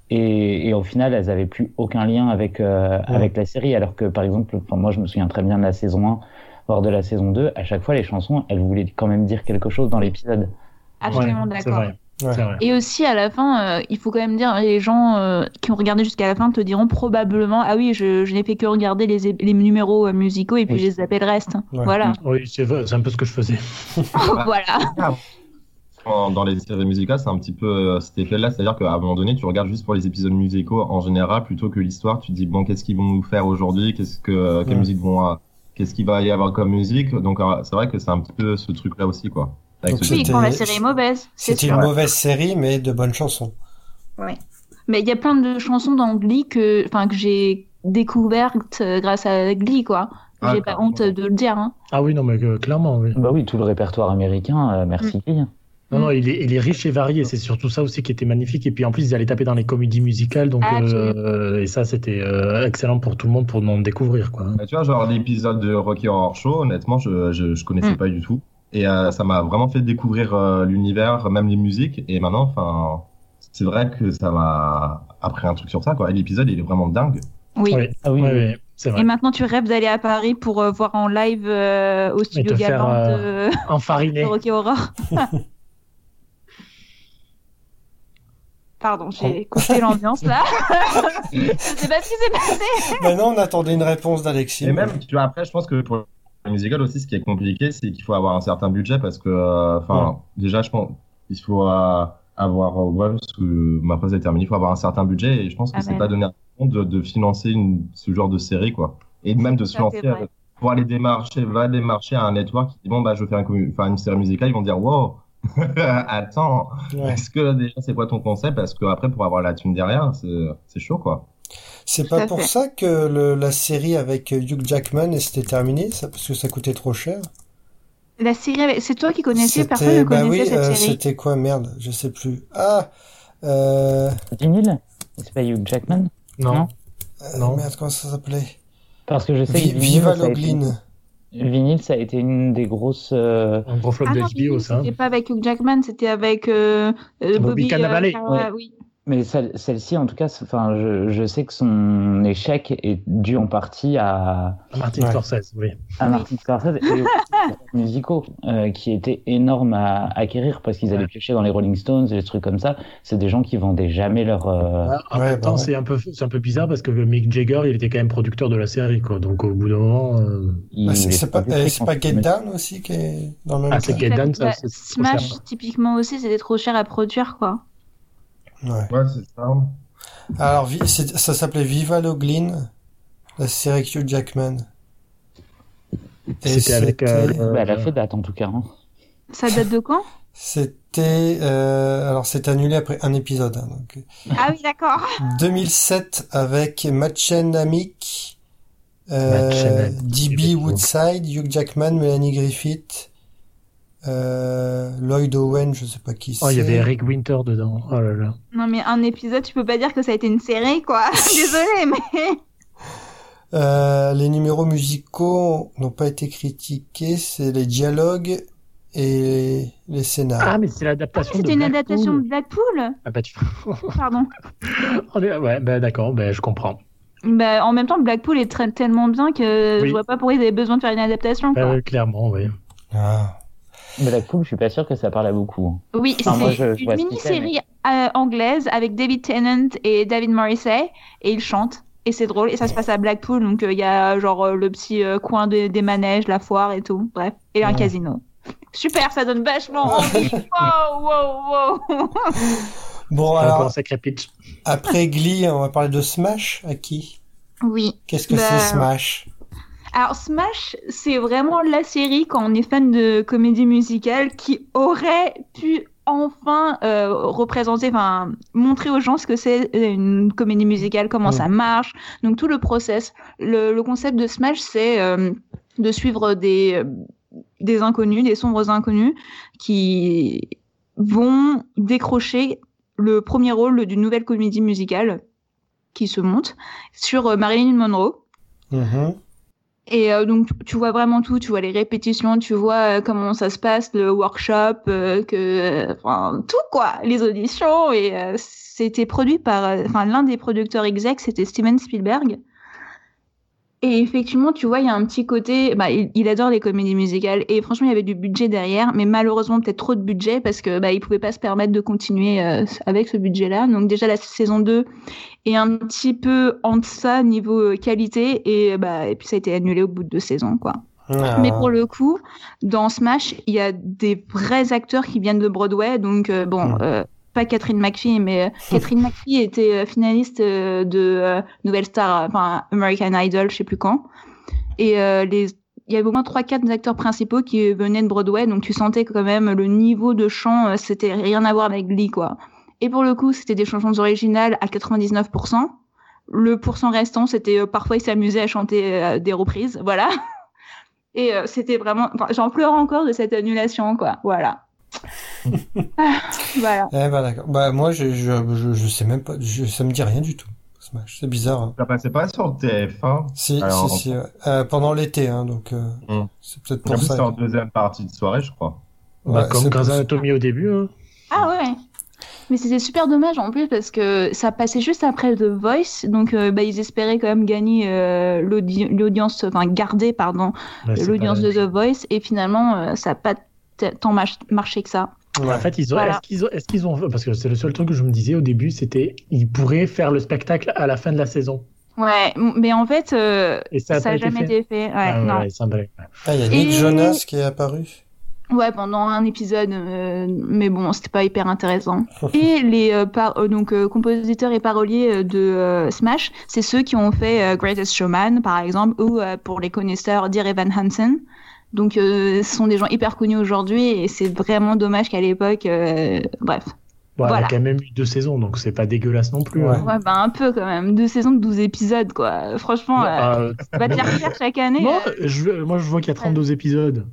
G: Et, et au final, elles avaient plus aucun lien avec, euh, avec la série. Alors que, par exemple, enfin, moi, je me souviens très bien de la saison 1, voire de la saison 2. À chaque fois, les chansons, elles voulaient quand même dire quelque chose dans l'épisode.
E: Absolument
D: ouais, c'est
E: d'accord.
D: vrai.
C: Ouais.
D: C'est vrai.
E: Et aussi, à la fin, euh, il faut quand même dire, les gens euh, qui ont regardé jusqu'à la fin te diront probablement Ah oui, je, je n'ai fait que regarder les, é- les numéros euh, musicaux et puis
G: Oui.
E: j'ai zappé le reste.
C: Ouais.
D: *laughs*
E: *laughs* Voilà.
D: Oui, c'est vrai, c'est un peu ce que je faisais.
E: voilà.
F: En- Dans les séries musicales, c'est un petit peu euh, cet effet-là, c'est-à-dire qu'à un moment donné, tu regardes juste pour les épisodes musicaux en général, plutôt que l'histoire. Tu te dis bon, qu'est-ce qu'ils vont nous faire aujourd'hui Qu'est-ce que euh, quelle
C: Ouais.
F: musique vont euh, Qu'est-ce qu'il va y avoir comme musique Donc euh, c'est vrai que c'est un petit peu ce truc-là aussi, quoi. Avec
C: Donc,
F: ce-
E: Oui,
C: C'était-
E: quand la série est mauvaise. C'est
C: C'était
E: sûr.
C: une mauvaise série mais de bonnes chansons.
E: Mais il y a plein de chansons dans Glee que, enfin, que j'ai découvertes euh, grâce à Glee, quoi.
F: Ah,
E: j'ai pas
F: clairement.
E: honte de le dire. Hein.
D: Ah oui, non mais euh, clairement. Oui.
G: Bah oui, tout le répertoire américain, euh, merci Glee.
D: Non,
E: Mm.
D: non, il est, il est riche et varié. C'est surtout ça aussi qui était magnifique. Et puis en plus, ils allaient taper dans les comédies musicales, donc
E: Ah, Absolument.
D: euh, et ça c'était euh, excellent pour tout le monde pour en découvrir quoi.
F: Bah, tu vois, genre l'épisode de Rocky Horror Show, honnêtement, je, je, je connaissais
E: Mm.
F: pas du tout. Et euh, ça m'a vraiment fait découvrir euh, l'univers, même les musiques. Et maintenant, enfin, c'est vrai que ça m'a appris un truc sur ça, quoi. Et l'épisode, il est vraiment dingue.
E: Oui.
D: Ouais,
G: Ah oui,
D: ouais,
G: oui.
D: ouais, c'est vrai.
E: Et maintenant, tu rêves d'aller à Paris pour euh, voir en live euh, au studio
D: te faire,
E: Galant
D: euh,
E: de- de,
D: Enfariné.
C: *laughs*
E: Rocky Horror. Pardon, j'ai coupé
C: *laughs*
E: l'ambiance là. Je sais pas ce qui s'est passé.
C: Maintenant on attendait une réponse d'Alexis.
F: Et même, tu vois, après, je pense que pour le musical aussi, ce qui est compliqué, c'est qu'il faut avoir un certain budget parce que, euh, enfin, déjà, je pense, il faut euh, avoir, euh, ouais, parce que ma phrase est terminée, il faut avoir un certain budget et je pense que
E: Ah
F: c'est
E: ouais.
F: pas donné à tout le monde de, de financer une, ce genre de série, quoi. Et même de se
E: Ça, c'est
F: lancer,
E: vrai.
F: euh, pour aller démarcher, va démarcher à un network qui dit, bon, bah, je veux faire une, commu- enfin, une série musicale, ils vont dire, wow, *laughs* Attends,
C: Ouais.
F: est-ce que déjà c'est quoi ton concept Parce que après pour avoir la thune derrière, c'est c'est chaud quoi.
C: C'est
E: Tout
C: pas
E: à
C: pour
E: fait.
C: ça que le- la série avec Hugh Jackman et c'était terminé, ça, parce que ça coûtait trop cher.
E: La série, avec- c'est toi qui connaissais, personne
C: C'était,
E: ne
C: bah
E: connaissait
C: oui,
E: cette
C: euh,
E: série.
C: c'était quoi, merde, je sais plus. Ah, euh,
G: 10 000 C'est pas Hugh Jackman Non.
C: euh,
D: Non.
C: merde, comment ça s'appelait?
G: Parce que je sais
C: Vi-
G: que
C: Viva
G: ça a été-
C: Loglin.
G: Vinyl, ça a été une des grosses. euh,
D: Un gros flop
E: Ah
D: de
E: non,
D: HBO, ça.
E: c'était pas avec Hugh Jackman, c'était avec euh, euh,
D: Bobby
E: Bobby
D: Cannavale.
E: Cannavale, oui.
G: Mais celle- celle-ci, en tout cas, c'est- enfin, je, je sais que son échec est dû en partie à,
D: Martin
C: Ouais.
D: Scorsese, oui.
G: à
E: Oui.
G: Martin Scorsese et aux musicaux, euh, qui étaient énormes à acquérir parce qu'ils allaient piocher dans les Rolling Stones et des trucs comme ça. C'est des gens qui vendaient jamais leur. euh,
D: Ah, en
C: Ouais,
D: même temps,
C: bah ouais.
D: c'est un peu c'est un peu bizarre parce que Mick Jagger, il était quand même producteur de la série, quoi. Donc au bout d'un moment, euh,
G: ils
C: Ah, c'est
G: voulaient
C: c'est pas,
G: faire des
C: euh,
G: trucs,
C: c'est
G: en
C: pas
G: fait,
C: Get
G: mais-
C: Down aussi qui est dans le même
D: Ah, c'est
C: cas
D: Get Down, ça,
E: Bah,
D: c'est- c'est trop
E: Smash,
D: cher.
E: typiquement aussi, c'était trop cher à produire, quoi.
C: Ouais.
F: Ouais, c'est ça.
C: Alors, vi- c'est- ça s'appelait Viva Loglin, la série avec Hugh Jackman. Et
D: c'était avec. euh,
C: c'était-
D: le-
G: Bah, elle a fait date, en tout cas. hein.
E: Ça date de quand
C: C'était euh, alors c'est annulé après un épisode. hein, donc.
E: Ah oui, d'accord.
C: 2007 avec Machen Amick, euh,
D: Machen Amick,
C: DB
D: effectivement.
C: Woodside, Hugh Jackman, Melanie Griffith, euh, Lloyd Owen, je sais pas qui
D: Oh, il y
C: c'est.
D: avait Eric Winter dedans. Oh là là.
E: Non, mais un épisode, tu peux pas dire que ça a été une série, quoi. *laughs* Désolé, mais.
C: Euh, les numéros musicaux n'ont pas été critiqués, c'est les dialogues et les
D: Ah,
C: scénarios.
D: mais c'est l'adaptation.
E: Ah, C'était
D: de
E: une
D: Blackpool.
E: adaptation de Blackpool
D: Ah bah tu. *laughs*
E: Pardon.
D: On est- ouais, bah d'accord, bah, je comprends.
E: Bah, en même temps, Blackpool est très- tellement bien que
D: Oui.
E: je vois pas pourquoi ils avaient besoin de faire une adaptation,
G: Bah
E: quoi.
D: Euh, clairement, oui.
C: Ah.
G: Blackpool, je suis pas sûr que ça parle à beaucoup.
E: Oui,
G: Ah, moi, je-
E: c'est
G: je
E: une
G: vois ce qu'il
E: mini-série euh, anglaise avec David Tennant et David Morrissey, et ils chantent. Et c'est drôle, et ça se passe à Blackpool, donc euh, il y a genre euh, le petit euh, coin de- des manèges, la foire et tout, bref, et un
C: Ouais.
E: casino. Super, ça donne
G: *laughs*
E: vachement envie. wow, wow, wow.
C: Bon
D: C'est encore un
C: alors
D: sacré pitch.
C: après Glee, on va parler de Smash. À qui
E: Oui.
C: Qu'est-ce que
E: Bah,
C: c'est Smash
E: Alors Smash, c'est vraiment la série quand on est fan de comédie musicale qui aurait pu enfin euh, représenter, enfin montrer aux gens ce que c'est euh, une comédie musicale, comment
C: Mm.
E: ça marche, donc tout le process. Le, le concept de Smash, c'est euh, de suivre des des inconnus, des sombres inconnus qui vont décrocher le premier rôle d'une nouvelle comédie musicale qui se monte sur euh, Marilyn Monroe.
C: Mhm.
E: Et euh, donc, tu- tu vois vraiment tout. Tu vois les répétitions, tu vois euh, comment ça se passe, le workshop, euh, que, euh, enfin, tout quoi, les auditions. Et euh, c'était produit par, euh, enfin, l'un des producteurs execs, c'était Steven Spielberg. Et effectivement, tu vois, il y a un petit côté. Bah, il, il adore les comédies musicales. Et franchement, il y avait du budget derrière, mais malheureusement, peut-être trop de budget parce que bah, il pouvait pas se permettre de continuer euh, avec ce budget-là. Donc déjà, la saison 2 et un petit peu en deçà niveau euh, qualité et bah et puis ça a été annulé au bout de deux saisons quoi.
C: Ah.
E: Mais pour le coup, dans Smash, il y a des vrais acteurs qui viennent de Broadway donc euh, bon
C: Hmm.
E: euh, pas Catherine McPhee mais euh, Catherine McPhee était euh, finaliste euh, de euh, Nouvelle Star euh, enfin American Idol, je sais plus quand. Et euh, les il y avait au moins trois quatre acteurs principaux qui venaient de Broadway donc tu sentais que quand même le niveau de chant euh, c'était rien à voir avec Glee quoi. Et pour le coup, c'était des chansons originales à 99%. Le pourcent restant, c'était euh, parfois ils s'amusaient à chanter euh, des reprises, voilà. Et euh, c'était vraiment, enfin, j'en pleure encore de cette annulation, quoi.
D: *laughs*
E: Voilà. Ah, voilà.
C: Eh ben d'accord. Bah moi je je, je je sais même pas, je, ça me dit rien du tout. Smash, c'est bizarre. Hein.
F: Ça passait pas sur hein. TF1.
C: Si
F: Alors,
C: si si. ouais. Euh, pendant l'été hein, donc euh,
F: Hmm.
C: c'est peut-être
F: En
C: pour
F: plus,
C: ça.
F: c'était en deuxième partie de soirée, je crois.
D: Bah,
C: Ouais,
D: comme
C: c'est pour
D: Grey's
C: ça.
D: Anatomy au début. hein.
E: Ah ouais. Mais c'était super dommage en plus parce que ça passait juste après The Voice, donc euh, bah, ils espéraient quand même gagner euh, l'audi- l'audience, enfin garder pardon
D: Ouais, Bah, c'est
E: l'audience
D: pas-
E: de The Voice, et finalement euh, ça n'a pas t- tant mach- marché que ça.
C: Ouais.
D: En fait, ils ont,
E: Voilà.
D: est-ce qu'ils ont, est-ce qu'ils ont, parce que c'est le seul truc que je me disais au début, c'était, ils pourraient faire le spectacle à la fin de la saison.
E: Ouais, m- mais en fait, euh,
D: Et ça
E: ça
D: a pas
E: n'a
D: été
E: jamais
D: fait.
E: été fait. Ouais,
D: Ah,
E: non.
D: ouais, ça me paraît.
C: Ah il y a Nick
E: Et-
C: Jonas qui est apparu.
E: Ouais, pendant un épisode, euh, mais bon, c'était pas hyper intéressant. Et les euh, par- euh, donc euh, compositeurs et paroliers euh, de euh, Smash, c'est ceux qui ont fait euh, Greatest Showman, par exemple, ou euh, pour les connaisseurs, Dear Evan Hansen. Donc, euh, ce sont des gens hyper connus aujourd'hui et c'est vraiment dommage qu'à l'époque, euh, bref.
D: Bon, elle
E: Voilà.
D: a quand même eu deux saisons, donc c'est pas dégueulasse non plus.
C: Ouais.
D: hein.
E: Ouais, bah un peu quand même. Deux saisons de 12 épisodes, quoi. Franchement, euh,
D: Ah, euh,
E: va te faire faire chaque année.
D: non,
E: euh,
D: je- moi je vois qu'il y a 32 épisodes.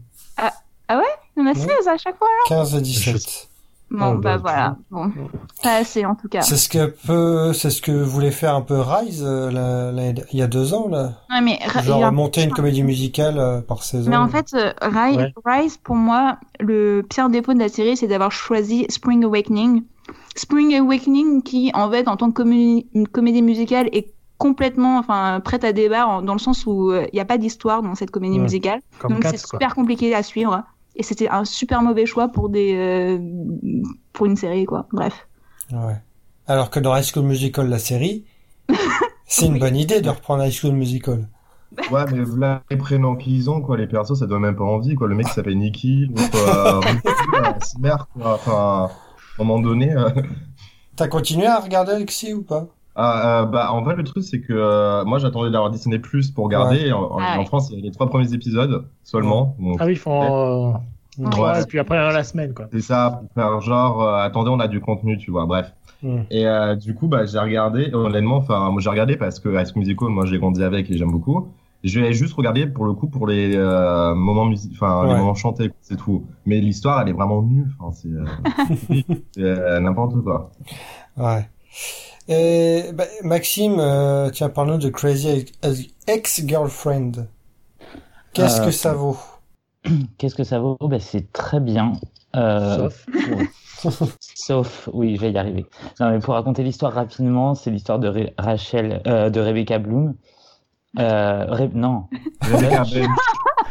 E: Il y en a
C: non.
E: 16 à chaque fois.
C: 15 à 17.
E: Bon,
D: Oh, bah,
E: bah voilà. Bon. Pas assez en tout cas.
C: C'est ce que peut, c'est ce que voulait faire un peu Rise euh, la- l'année- il y a deux ans là.
E: Ouais, mais ra- il y
C: Genre
E: a-
C: monter une comédie musicale euh, par saison.
E: Mais en fait, euh, Ri-
D: Ouais.
E: Rise, pour moi, le pire dépôt de la série, c'est d'avoir choisi Spring Awakening. Spring Awakening, qui, en fait, en tant que comé- une comédie musicale, est complètement enfin, prête à débat, en- dans le sens où euh, il n'y a pas d'histoire dans cette comédie
D: Ouais.
E: musicale.
D: Comme
E: Donc c'est
D: 4, quoi.
E: super compliqué à suivre. Et c'était un super mauvais choix pour, des, euh, pour une série, quoi. Bref.
C: Ouais. Alors que dans High School Musical la
E: *laughs*
C: série, c'est une bonne idée de reprendre High School Musical.
F: Ouais, mais là, les prénoms qu'ils ont, quoi, les persos, ça donne même pas envie, quoi. Le mec qui s'appelle Nicky, l'autre, *laughs* euh, Ricky, euh, Smer, quoi. Enfin, à un moment donné. euh,
C: T'as continué à regarder Alexis ou pas
F: Ah, euh, bah, en vrai, le truc, c'est que euh, moi, j'attendais d'avoir Disney Plus pour regarder. Et En, en-
E: Ah ouais.
F: en France, il y a les trois premiers épisodes seulement. Donc,
D: Ah oui, ils font euh,
C: Ouais.
D: trois,
F: Ouais.
D: et puis après euh, la semaine, quoi.
F: c'est ça, pour faire genre, euh, attendez, on a du contenu, tu vois, bref.
C: Mm.
F: Et euh, du coup, bah, j'ai regardé, honnêtement, enfin, moi, j'ai regardé parce que High School Musical, moi, j'ai grandi avec et j'aime beaucoup. Je vais juste regarder pour le coup pour les euh, moments musi- enfin les
C: Ouais.
F: moments chantés, c'est tout. Mais l'histoire, elle est vraiment nulle, enfin, c'est euh, c'est, euh, n'importe quoi.
C: Ouais. Et, bah, Maxime, euh, tiens, parle-nous de Crazy Ex-Girlfriend. Qu'est-ce
G: Euh,
C: que ça vaut
G: Qu'est-ce que ça vaut Bah, C'est très bien. Euh,
D: Sauf.
G: *laughs* Sauf, oui, je vais y arriver. Non, mais pour raconter l'histoire rapidement, c'est l'histoire de Re- Rachel, euh, de Rebecca Bloom. Euh, Re- non.
F: Rebecca
D: *laughs*
F: Blaine,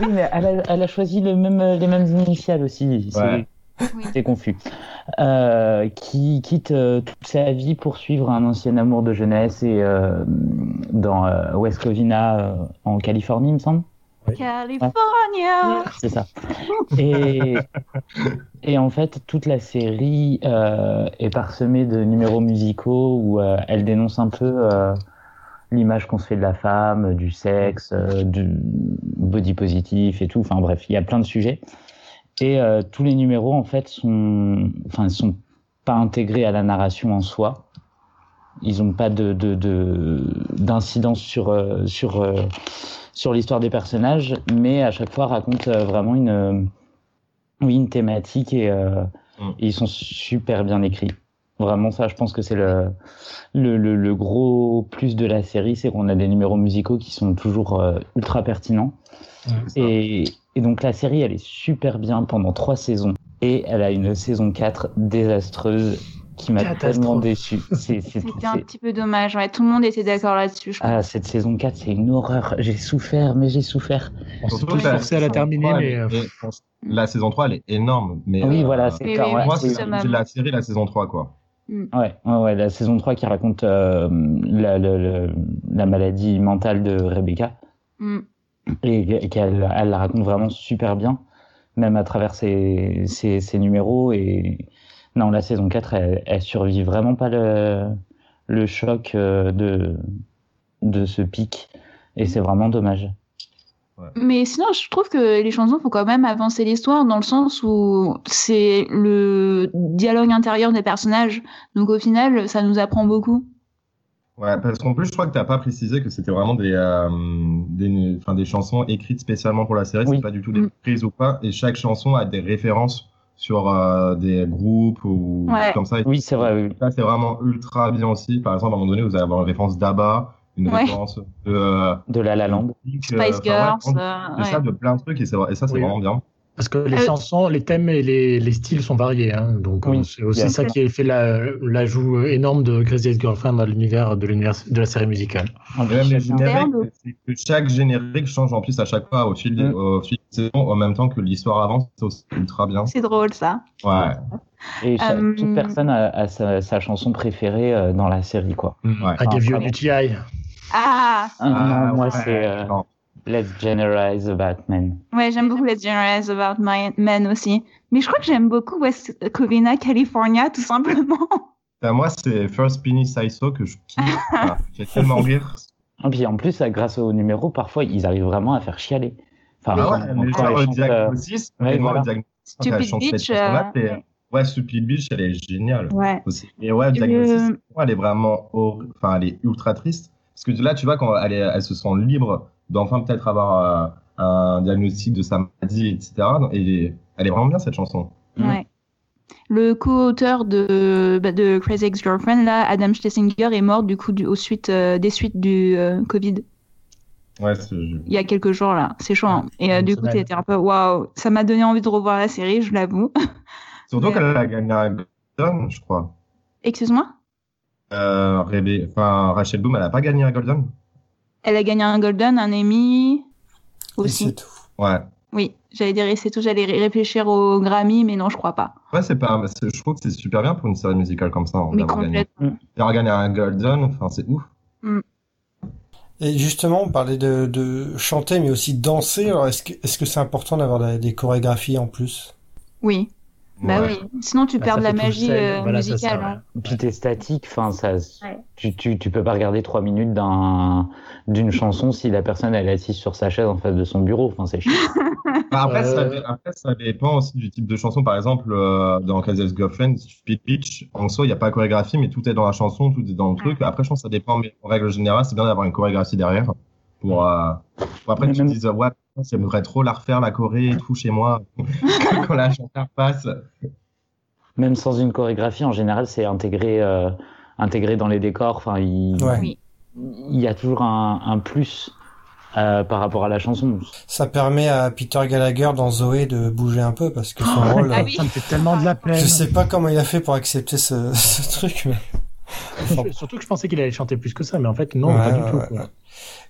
G: Oui, mais elle a, elle a choisi le même, les mêmes initiales aussi. C'est
F: Ouais.
E: Oui.
G: c'est confus. Euh, qui quitte euh, toute sa vie pour suivre un ancien amour de jeunesse et euh, dans euh, West Covina, euh, en Californie, il me semble.
E: California
G: C'est ça. Et, et en fait, toute la série euh, est parsemée de numéros musicaux où euh, elle dénonce un peu euh, l'image qu'on se fait de la femme, du sexe, euh, du body positif et tout. Enfin bref, il y a plein de sujets. Et euh, tous les numéros, en fait, sont, enfin, ils sont pas intégrés à la narration en soi. Ils n'ont pas de, de, de- d'incidence sur, euh, sur, euh, sur l'histoire des personnages, mais à chaque fois raconte euh, vraiment une, euh, oui, une thématique et, euh,
F: Mm.
G: et ils sont super bien écrits. Vraiment, ça, je pense que c'est le, le, le, le gros plus de la série, c'est qu'on a des numéros musicaux qui sont toujours euh, ultra pertinents.
F: c'est ça.
G: Et, et donc la série, elle est super bien pendant trois saisons. Et elle a une saison 4 désastreuse qui m'a
D: Catastrophe.
G: tellement
E: *laughs*
G: déçu. C'est- c'est-
E: C'était un
G: c'est-
E: petit peu dommage. Ouais, tout le monde était d'accord là-dessus, je
G: Ah, cette saison 4, c'est une horreur. J'ai souffert, mais j'ai souffert.
D: On s'est
F: Surtout
D: tous
F: la
D: forcés à la
F: saison
D: terminer,
F: 3,
D: mais. euh,
F: elle est- La saison 3, elle est énorme. Mais,
G: Oui,
F: euh,
G: voilà, c'est
E: Oui,
G: ça,
E: oui,
G: ouais.
F: Moi,
E: c'est
F: c'est
E: ça, maman.
F: c'est la série, la saison 3, quoi.
G: Ouais, ouais, ouais, la saison 3 qui raconte euh, la, le- le- la maladie mentale de Rebecca
E: Mm.
G: et qu'elle elle la raconte vraiment super bien, même à travers ses, ses, ses numéros. Et non, la saison 4, elle, elle survit vraiment pas le, le choc euh, de, de ce pic. Et c'est vraiment dommage.
E: Mais sinon, je trouve que les chansons faut quand même avancer l'histoire dans le sens où c'est le dialogue intérieur des personnages. Donc au final, ça nous apprend beaucoup.
F: Ouais, parce qu'en plus, je crois que t'as pas précisé que c'était vraiment des, euh, des, enfin, des chansons écrites spécialement pour la série.
G: Oui.
F: C'est pas du tout des
E: Mm.
F: prises ou pas. Et chaque chanson a des références sur euh, des groupes ou
E: Ouais.
F: comme ça. Et
G: Oui, c'est vrai. oui, oui.
F: ça, c'est vraiment ultra bien aussi. Par exemple, à un moment donné, vous allez avoir une référence d'ABBA, une
E: Ouais.
F: référence de euh,
G: De la la land.
F: Pink,
E: Spice
F: euh, enfin, ouais,
E: Girls.
F: vraiment
E: euh,
F: de
E: ouais.
F: ça, de plein de trucs. Et, c'est- et ça, c'est
D: Oui.
F: vraiment bien.
D: Parce que les
E: Euh,
D: chansons, les thèmes et les, les styles sont variés. hein. donc,
G: Oui,
D: euh, c'est aussi
G: bien
D: ça qui a fait la- l'ajout euh, énorme de Crazy Ex-Girlfriend dans l'univers de, l'univers de la série musicale.
G: En
F: Même les
G: plus, chacun-
E: génériques.
F: génériques, c'est que chaque générique change en plus à chaque fois au fil, des-
G: Mm.
F: au fil des saisons, en même temps que l'histoire avance, c'est aussi ultra bien.
E: C'est drôle ça.
F: Ouais,
G: Et chaque-
E: Euh,
G: toute personne a, a sa, sa chanson préférée euh, dans la série, quoi.
F: ouais.
D: I gave you
G: pardon.
D: an UTI.
E: Ah
G: Ah, non, moi,
F: ouais.
G: c'est euh,
F: Non.
G: Let's Generalize the Batman.
E: ouais, j'aime beaucoup Let's Generalize About My- Men aussi. Mais je crois que j'aime beaucoup West Covina, California, tout simplement. *laughs*
F: Bah, moi, c'est First Penny Saiso que je kiffe. Ah, J'ai tellement rire.
G: Et puis en plus, euh, grâce au numéro, parfois, ils arrivent vraiment à faire chialer. Enfin,
F: Bah ouais,
G: quand-
F: mais
G: quand
F: genre
G: elle
F: le
G: chante, euh,
F: diagnosis,
G: ouais,
F: et moi,
G: voilà.
F: le diagnosis, quand elle
E: Stupid
F: chante cette
E: Bitch,
F: chanson-là,
E: euh,
F: t'es- Ouais, Stupid Bitch, elle est géniale
E: Ouais.
F: aussi. Et ouais, le diagnosis,
E: Euh,
F: pour moi, elle est vraiment hor- enfin, elle est ultra triste. Parce que là, tu vois, quand elle, est- elle se sent libre d'enfin peut-être avoir euh, un diagnostic de sa maladie, etc. Et elle est vraiment bien cette chanson.
G: Mm.
E: Ouais. Le co-auteur de, bah, de Crazy Ex-Girlfriend, là, Adam Schlesinger, est mort du coup du, aux suites, euh, des suites du euh, Covid
F: Ouais, c'est- je-
E: il y a quelques jours là. C'est chaud. hein. Et euh,
D: une
E: du coup,
D: semaine.
E: t'étais un peu waouh. Ça m'a donné envie de revoir la série, je l'avoue. *laughs*
F: surtout
E: Mais-
F: qu'elle a gagné un Golden, je crois.
E: Excuse-moi.
F: Euh, Rebe- enfin, Rachel Bloom, elle a pas gagné un Golden
E: Elle a gagné un Golden, un Emmy
C: Et c'est
E: aussi.
C: tout.
F: Ouais.
E: Oui, j'allais dire et c'est tout. J'allais ré- réfléchir au Grammy, mais non, je crois pas.
F: Ouais, c'est pas. c'est- Je trouve que c'est super bien pour une série musicale comme ça.
E: Mais
F: d'avoir gagné.
E: complètement.
F: D'avoir gagné un Golden, enfin, c'est ouf.
C: Et justement, on parlait de, de chanter, mais aussi danser. Alors, est-ce que est-ce que c'est important d'avoir des- des chorégraphies en plus
E: Oui. Bah
F: Ouais.
E: oui. Sinon, tu
D: Bah,
E: perds
D: ça
E: de la
D: fait tout le
E: magie
D: sel.
E: euh,
D: Voilà, ça, ça,
E: musicale.
D: ouais.
E: hein.
G: Puis t'es statique, enfin ça,
E: Ouais.
G: tu, tu, tu peux pas regarder trois minutes d'un d'une chanson si la personne elle est assise sur sa chaise en face de son bureau, enfin c'est chiant.
E: *laughs*
F: Bah, après, ça,
D: Euh.
F: dé- après, ça dépend aussi du type de chanson. Par exemple, euh, dans Casey's Girlfriend, Stupid Bitch, en soi, il n'y a pas de chorégraphie, mais tout est dans la chanson, tout est dans le truc. Après, je pense que ça dépend, mais en règle générale, c'est bien d'avoir une chorégraphie derrière. Pour, euh, pour après,
G: Mais
F: que tu te
G: même-
F: dises, ouais, putain, j'aimerais trop la refaire, la choré et tout chez moi,
E: *laughs*
F: *laughs* quand la chanteur passe.
G: Même sans une chorégraphie, en général c'est intégré euh, intégré dans les décors. Enfin il
C: Ouais.
E: Oui.
G: il y a toujours un, un plus euh, par rapport à la chanson.
C: Ça permet à Peter Gallagher dans Zoé de bouger un peu parce que son rôle.
E: Ah
C: euh,
E: oui.
D: Ça me fait tellement
E: *laughs*
D: de la peine.
C: Je sais pas comment il a fait pour accepter ce, *laughs* ce truc, mais. Enfin,
D: Je- *laughs* Surtout que je pensais qu'il allait chanter plus que ça, mais en fait, non,
C: Ouais,
D: pas
C: ouais,
D: du tout.
C: ouais,
D: quoi.
C: ouais.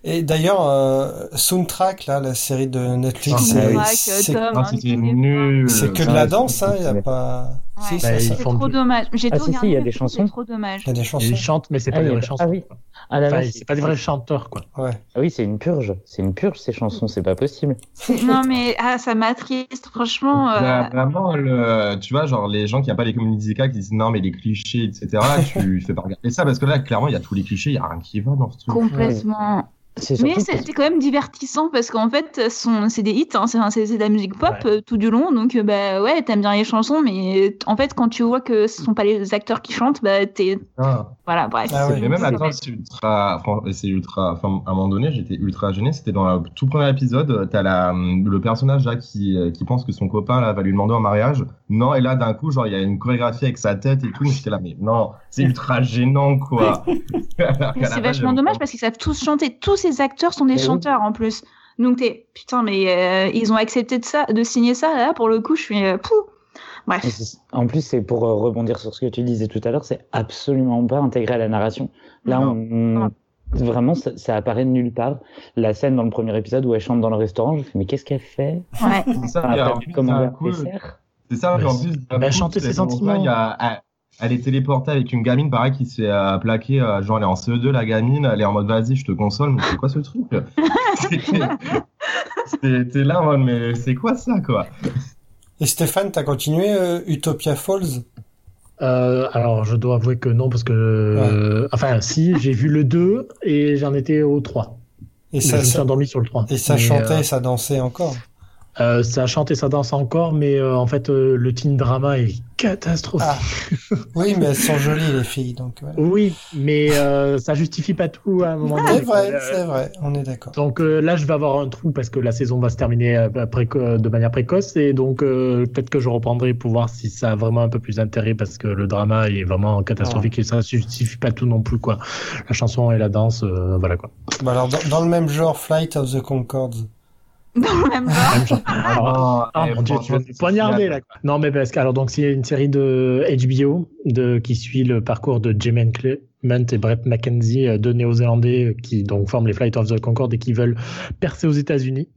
C: Et d'ailleurs, euh, Soundtrack, là, la série de Netflix,
F: Ah,
C: c'est-
E: Soundtrack,
C: c'est
E: Tom,
F: Ah,
E: hein,
F: c'était
E: tu connais pas.
F: nul.
C: c'est que de
G: Ouais,
C: la
G: c'est-
C: danse, hein, il y a
G: c'est-
C: pas.
E: Ouais.
C: Si, ça,
D: Euh, Bah,
C: ça.
D: ils
E: C'est
D: font
E: trop
D: du-
E: dommage. J'ai
G: Ah,
E: tout
G: si, si,
E: regardé.
G: il y a des
E: c'est
G: chansons.
E: trop dommage.
C: Il y a des
D: Ils
C: chansons.
D: chantent, mais c'est
G: Ah,
D: pas
G: il y
D: des
C: bah,
G: a-
D: vraies
G: ah
D: chansons.
G: oui.
D: quoi.
G: Ah la
D: Enfin,
G: vache.
D: c'est pas des vrais chanteurs, quoi.
C: Ouais.
G: Ah oui, c'est une purge. C'est une purge ces chansons, c'est pas possible.
E: Non mais ah, ça m'attriste franchement. euh,
F: Bah, vraiment, le, tu vois, genre les gens qui n'aiment pas les comédies musicales qui disent non, mais les clichés, etc.,
E: *laughs*
F: tu fais pas regarder ça parce que là, clairement, il y a tous les clichés, il n'y a rien qui va dans ce truc.
E: Complètement.
G: C'est
E: Mais
G: surtout que-
E: c'était quand même divertissant parce qu'en fait, son- c'est des hits, hein, c'est- c'est c'est de la musique pop
D: Ouais.
E: euh, tout du long. Donc, euh, bah ouais, t'aimes bien les chansons, mais t- en fait, quand tu vois que ce sont pas les acteurs qui chantent, bah t'es.
F: Ah.
E: Voilà, bref.
C: Ah
E: c'est-
C: oui.
F: Mais même,
E: c'est-
F: attends, c'est ultra, fran- c'est ultra, enfin, à un moment donné, j'étais ultra gêné. C'était dans le tout premier épisode, t'as la, le personnage là qui, euh, qui pense que son copain là va lui demander en mariage. Non, et là, d'un coup, genre, il y a une chorégraphie avec sa tête et tout. mais J'étais là, mais non, c'est ultra gênant, quoi. Alors qu'à
E: *laughs* Mais
F: la
E: C'est
F: base,
E: vachement
F: j'aime
E: dommage
F: pas.
E: parce qu'ils savent tous chanter. Tous ces acteurs sont des
G: Mais oui.
E: chanteurs en plus. Donc t'es putain, mais euh, ils ont accepté de ça, de signer ça. Là, pour le coup, je suis euh, pou. Bref.
G: Et c'est- En plus, c'est pour euh, rebondir sur ce que tu disais tout à l'heure, c'est absolument pas intégré à la narration. Là,
F: Non.
G: on-
E: Non.
G: vraiment, ça, ça apparaît de nulle part. La scène dans le premier épisode où elle chante dans le restaurant, je fais, mais qu'est-ce qu'elle fait
E: Ouais.
F: C'est ça,
G: Elle
F: et
G: a
F: en
G: pas
F: plus,
G: pu commander
F: d'un
G: un
F: coup,
G: dessert.
F: C'est ça, puis en
D: Ouais,
F: plus,
D: elle a chanté bah, ses
F: dans le
D: sentiments.
F: film, il y a- elle, elle est téléportée avec une gamine, pareil, qui se fait euh, plaquer. euh, genre, elle est en CE2, la gamine, elle est en mode vas-y, je te console, mais c'est quoi ce truc C'était- c'était- T'es là en mode, mais c'est quoi ça, quoi
C: Et Stéphane, t'as continué euh, Utopia Falls
D: Euh, alors, je dois avouer que non, parce que. euh, Enfin, si, j'ai vu le 2 et j'en étais au 3.
C: Et
D: je
C: ça,
D: me suis
C: ça-
D: endormi sur le 3.
C: et ça
D: Mais,
C: chantait,
D: euh,
C: ça dansait encore.
D: euh, ça chante et ça danse encore, mais euh, en fait, euh, le teen drama est catastrophique.
C: Ah. Oui, mais elles sont jolies, les filles, donc voilà.
D: Oui, mais euh, ça justifie pas tout à un moment donné.
C: C'est vrai,
D: Euh,
C: c'est vrai, on est d'accord.
D: Donc euh, là, je vais avoir un trou parce que la saison va se terminer euh, préco- euh, de manière précoce et donc euh, peut-être que je reprendrai pour voir si ça a vraiment un peu plus d'intérêt parce que le drama est vraiment catastrophique et ça justifie pas tout non plus quoi. La chanson et la danse, euh, voilà quoi.
C: Bah alors, dans, dans le même genre, Flight of the Concorde.
E: Dans le même genre.
D: Même chose. Alors, ah,
F: eh,
D: mon Dieu, tu
F: franchement,
D: vas me
F: c'est
D: poignarder
F: génial.
D: là. quoi. Non mais parce que alors donc c'est une série de HBO de qui suit le parcours de Jemaine Clement et Brett McKenzie, euh, deux Néo-Zélandais euh, qui donc forment les Flight of the Concorde et qui veulent percer aux États-Unis.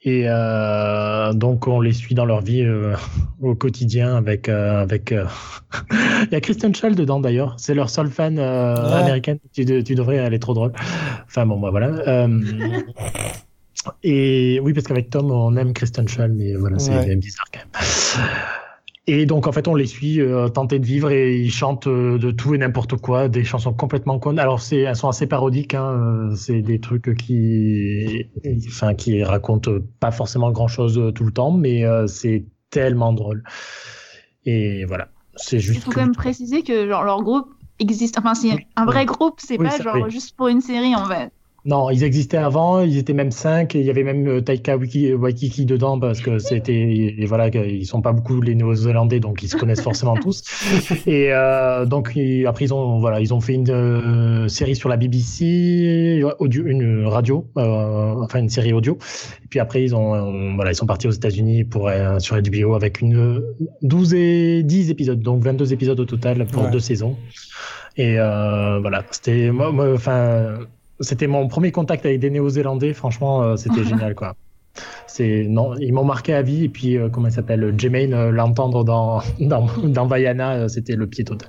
D: Et euh, donc on les suit dans leur vie euh, *laughs* au quotidien avec euh, avec. euh, *laughs* Il y a Kristen Schaal dedans d'ailleurs. C'est leur seule fan euh,
C: Ouais.
D: américaine. Tu, de- tu devrais, elle est trop drôle. Enfin bon, bah, voilà. Euh, et oui, parce qu'avec Tom, on aime Kristen Schaal, mais voilà, c'est
C: Ouais.
D: bizarre quand même. Et donc, en fait, on les suit euh, tenter de vivre et ils chantent euh, de tout et n'importe quoi, des chansons complètement connes. Alors, c'est, elles sont assez parodiques, hein, euh, c'est des trucs qui, enfin, qui racontent pas forcément grand chose tout le temps, mais euh, c'est tellement drôle. Et voilà. C'est
E: Il
D: juste.
E: faut
D: que-
E: quand même préciser que genre, leur groupe existe. Enfin, c'est
D: Oui.
E: un vrai groupe, c'est
D: Oui,
E: pas
D: ça,
E: genre
D: oui.
E: juste pour une série en fait.
D: Non, ils existaient avant, ils étaient même cinq, et il y avait même euh, Taika Wiki- Waikiki dedans, parce que c'était, et voilà, que- ils sont pas beaucoup les Néo-Zélandais, donc ils se connaissent forcément tous. Et euh, donc, ils- après, ils ont, voilà, ils ont fait une euh, série sur la BBC, audio, une radio, euh, enfin, une série audio. Et puis après, ils ont, euh, voilà, ils sont partis aux États-Unis pour, euh, sur HBO avec une euh, 12 et 10 épisodes, donc 22 épisodes au total pour
C: Ouais.
D: deux saisons. Et euh, voilà, c'était, moi, moi, enfin, c'était mon premier contact avec des Néo-Zélandais. Franchement, euh, c'était génial, quoi. C'est non, ils m'ont marqué à vie. Et puis, euh, comment il s'appelle, euh, Jemaine, euh, l'entendre dans *laughs* dans, dans Vaiana, euh, c'était le pied total.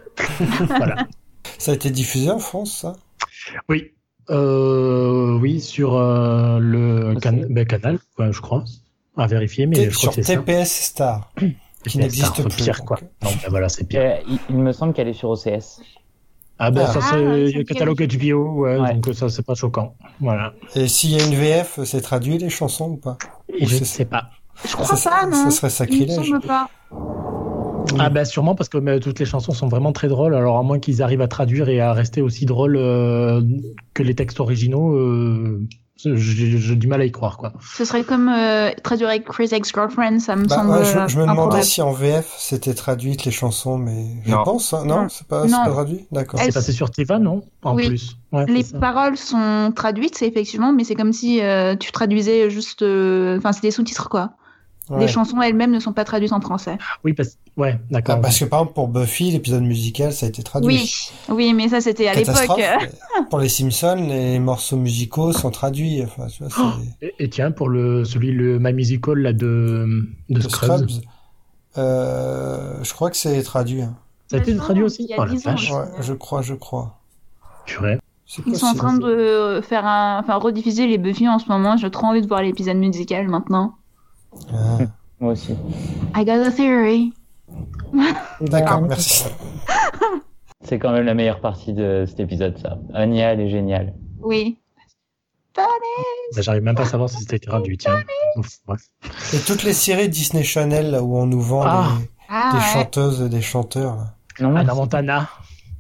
D: voilà.
C: Ça a été diffusé en France, ça
D: Oui. Euh, oui, sur euh, le
G: Ok.
D: can- ben, canal, quoi, je crois. À vérifier, mais
C: T-
D: je crois
C: Sur
D: que c'est ça.
C: TPS Star, qui
D: C'est
C: n'existe
D: un peu
C: plus.
D: Pire,
C: donc.
D: quoi. Non, ben voilà, c'est pire.
G: Euh, il, il me semble qu'elle est sur OCS.
D: Ah ben
C: Ah.
D: ça,
E: Ah,
D: c'est
E: ouais, ça
D: le
E: me
D: catalogue HBO, ouais,
G: Ouais.
D: donc euh, ça, c'est pas choquant. Voilà.
C: Et s'il y a une VF, c'est traduit les chansons ou pas Ou
D: je
C: c'est-
D: ne sais pas.
E: Je crois
C: ça,
E: pas, non
C: ça serait
E: Il me
C: sacrilège.
E: semble pas.
D: Ah bah sûrement parce que mais, toutes les chansons sont vraiment très drôles. Alors à moins qu'ils arrivent à traduire et à rester aussi drôles euh, que les textes originaux, euh, j'ai j'ai du mal à y croire quoi.
E: Ce serait comme euh, traduire avec Chris Ex Girlfriend, ça me
C: Bah,
E: semble. euh,
C: ouais, je, je me demandais
E: improbable.
C: si en VF c'était traduite les chansons, mais je
F: Non.
C: pense, hein, non,
E: Non.
C: c'est pas, c'est
E: Non.
C: pas traduit, d'accord.
E: Elle-
D: C'est passé sur Teva non En
E: Oui.
D: plus. Ouais,
E: Les
D: c'est ça.
E: paroles sont traduites, c'est effectivement, mais c'est comme si euh, tu traduisais juste. euh, Enfin, c'est des sous-titres quoi.
C: Ouais.
E: Les chansons elles-mêmes ne sont pas traduites en français.
D: Oui parce ouais
C: Ah,
D: d'accord.
C: parce que par exemple pour Buffy, l'épisode musical, ça a
D: Ah,
C: été traduit.
E: Oui, oui, mais ça c'était à
C: Catastrophe.
E: *laughs* l'époque. Euh,
C: mais Pour les Simpsons, les morceaux musicaux sont traduits. Enfin, tu vois,
D: *gasps*
C: c'est
D: Et, et tiens pour le celui le My Musical là de de
C: de
D: Scrubs.
C: Scrubs. Euh, je crois que c'est traduit. hein.
D: Ça a été traduit aussi.
E: Il y a
D: Oh la
E: 10 ans,
D: vache.
E: Ah, Je
C: Ouais,
E: sais.
C: je crois, je crois.
D: Purée.
C: C'est
E: Ils sont en
C: possible.
E: train de euh, faire un, enfin rediffuser les Buffy en ce moment. J'ai trop envie de voir l'épisode musical maintenant.
C: Ah.
G: Moi aussi.
E: I got a theory.
C: D'accord, merci.
G: C'est quand même la meilleure partie de cet épisode, ça. Anya, elle est géniale.
E: Oui.
D: Bah, J'arrive même pas à savoir si c'était traduit tiens. Ouf, bref.
C: Et toutes les séries Disney Channel là, où on nous vend
D: Ah.
C: des,
E: Ah
C: des
E: ouais.
C: chanteuses et des chanteurs. là.
G: Non,
D: Anna
G: merci.
D: Ah, Montana.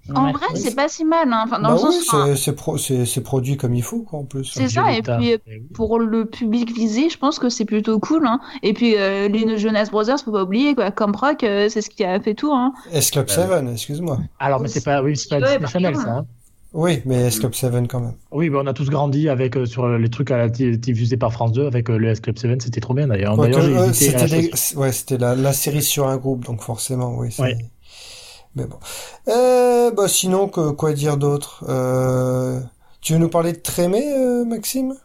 G: Non,
E: En
G: merci.
E: vrai, c'est pas si mal. hein. Enfin, dans
C: bah
E: le sens,
C: oui,
E: enfin,
C: c'est- c'est pro- c'est c'est produit comme il faut quoi, en plus.
E: C'est ça, et
D: Violetta.
E: puis, euh,
D: Eh oui.
E: pour le public visé, je pense que c'est plutôt cool. hein. Et puis euh, les Jonas Brothers, faut pas oublier quoi. Comme rock, euh, c'est ce qui a fait tout. Hein.
C: S Club
G: Bah
D: Ouais.
C: 7, excuse-moi.
D: Alors mais c'est pas oui c'est pas
E: Ouais,
D: Disney
E: bah,
D: Channel
E: ouais.
D: ça. hein.
C: Oui,
G: Mm-hmm.
C: mais S Club 7 quand même.
D: Oui, ben, on a tous grandi avec euh, sur les trucs à la t- diffusés par France 2 avec euh, le S Club 7, c'était trop bien d'ailleurs.
C: Quoique,
D: D'ailleurs, j'ai
C: euh,
D: hésité à
C: c'était
D: la
C: des-
D: chose-
C: c- ouais, c'était la, la série sur un groupe, donc forcément, oui. c'est-
D: Ouais.
C: Mais bon. Euh, bah, sinon, que, quoi dire d'autre Euh, Tu veux nous parler de Trémé, euh, Maxime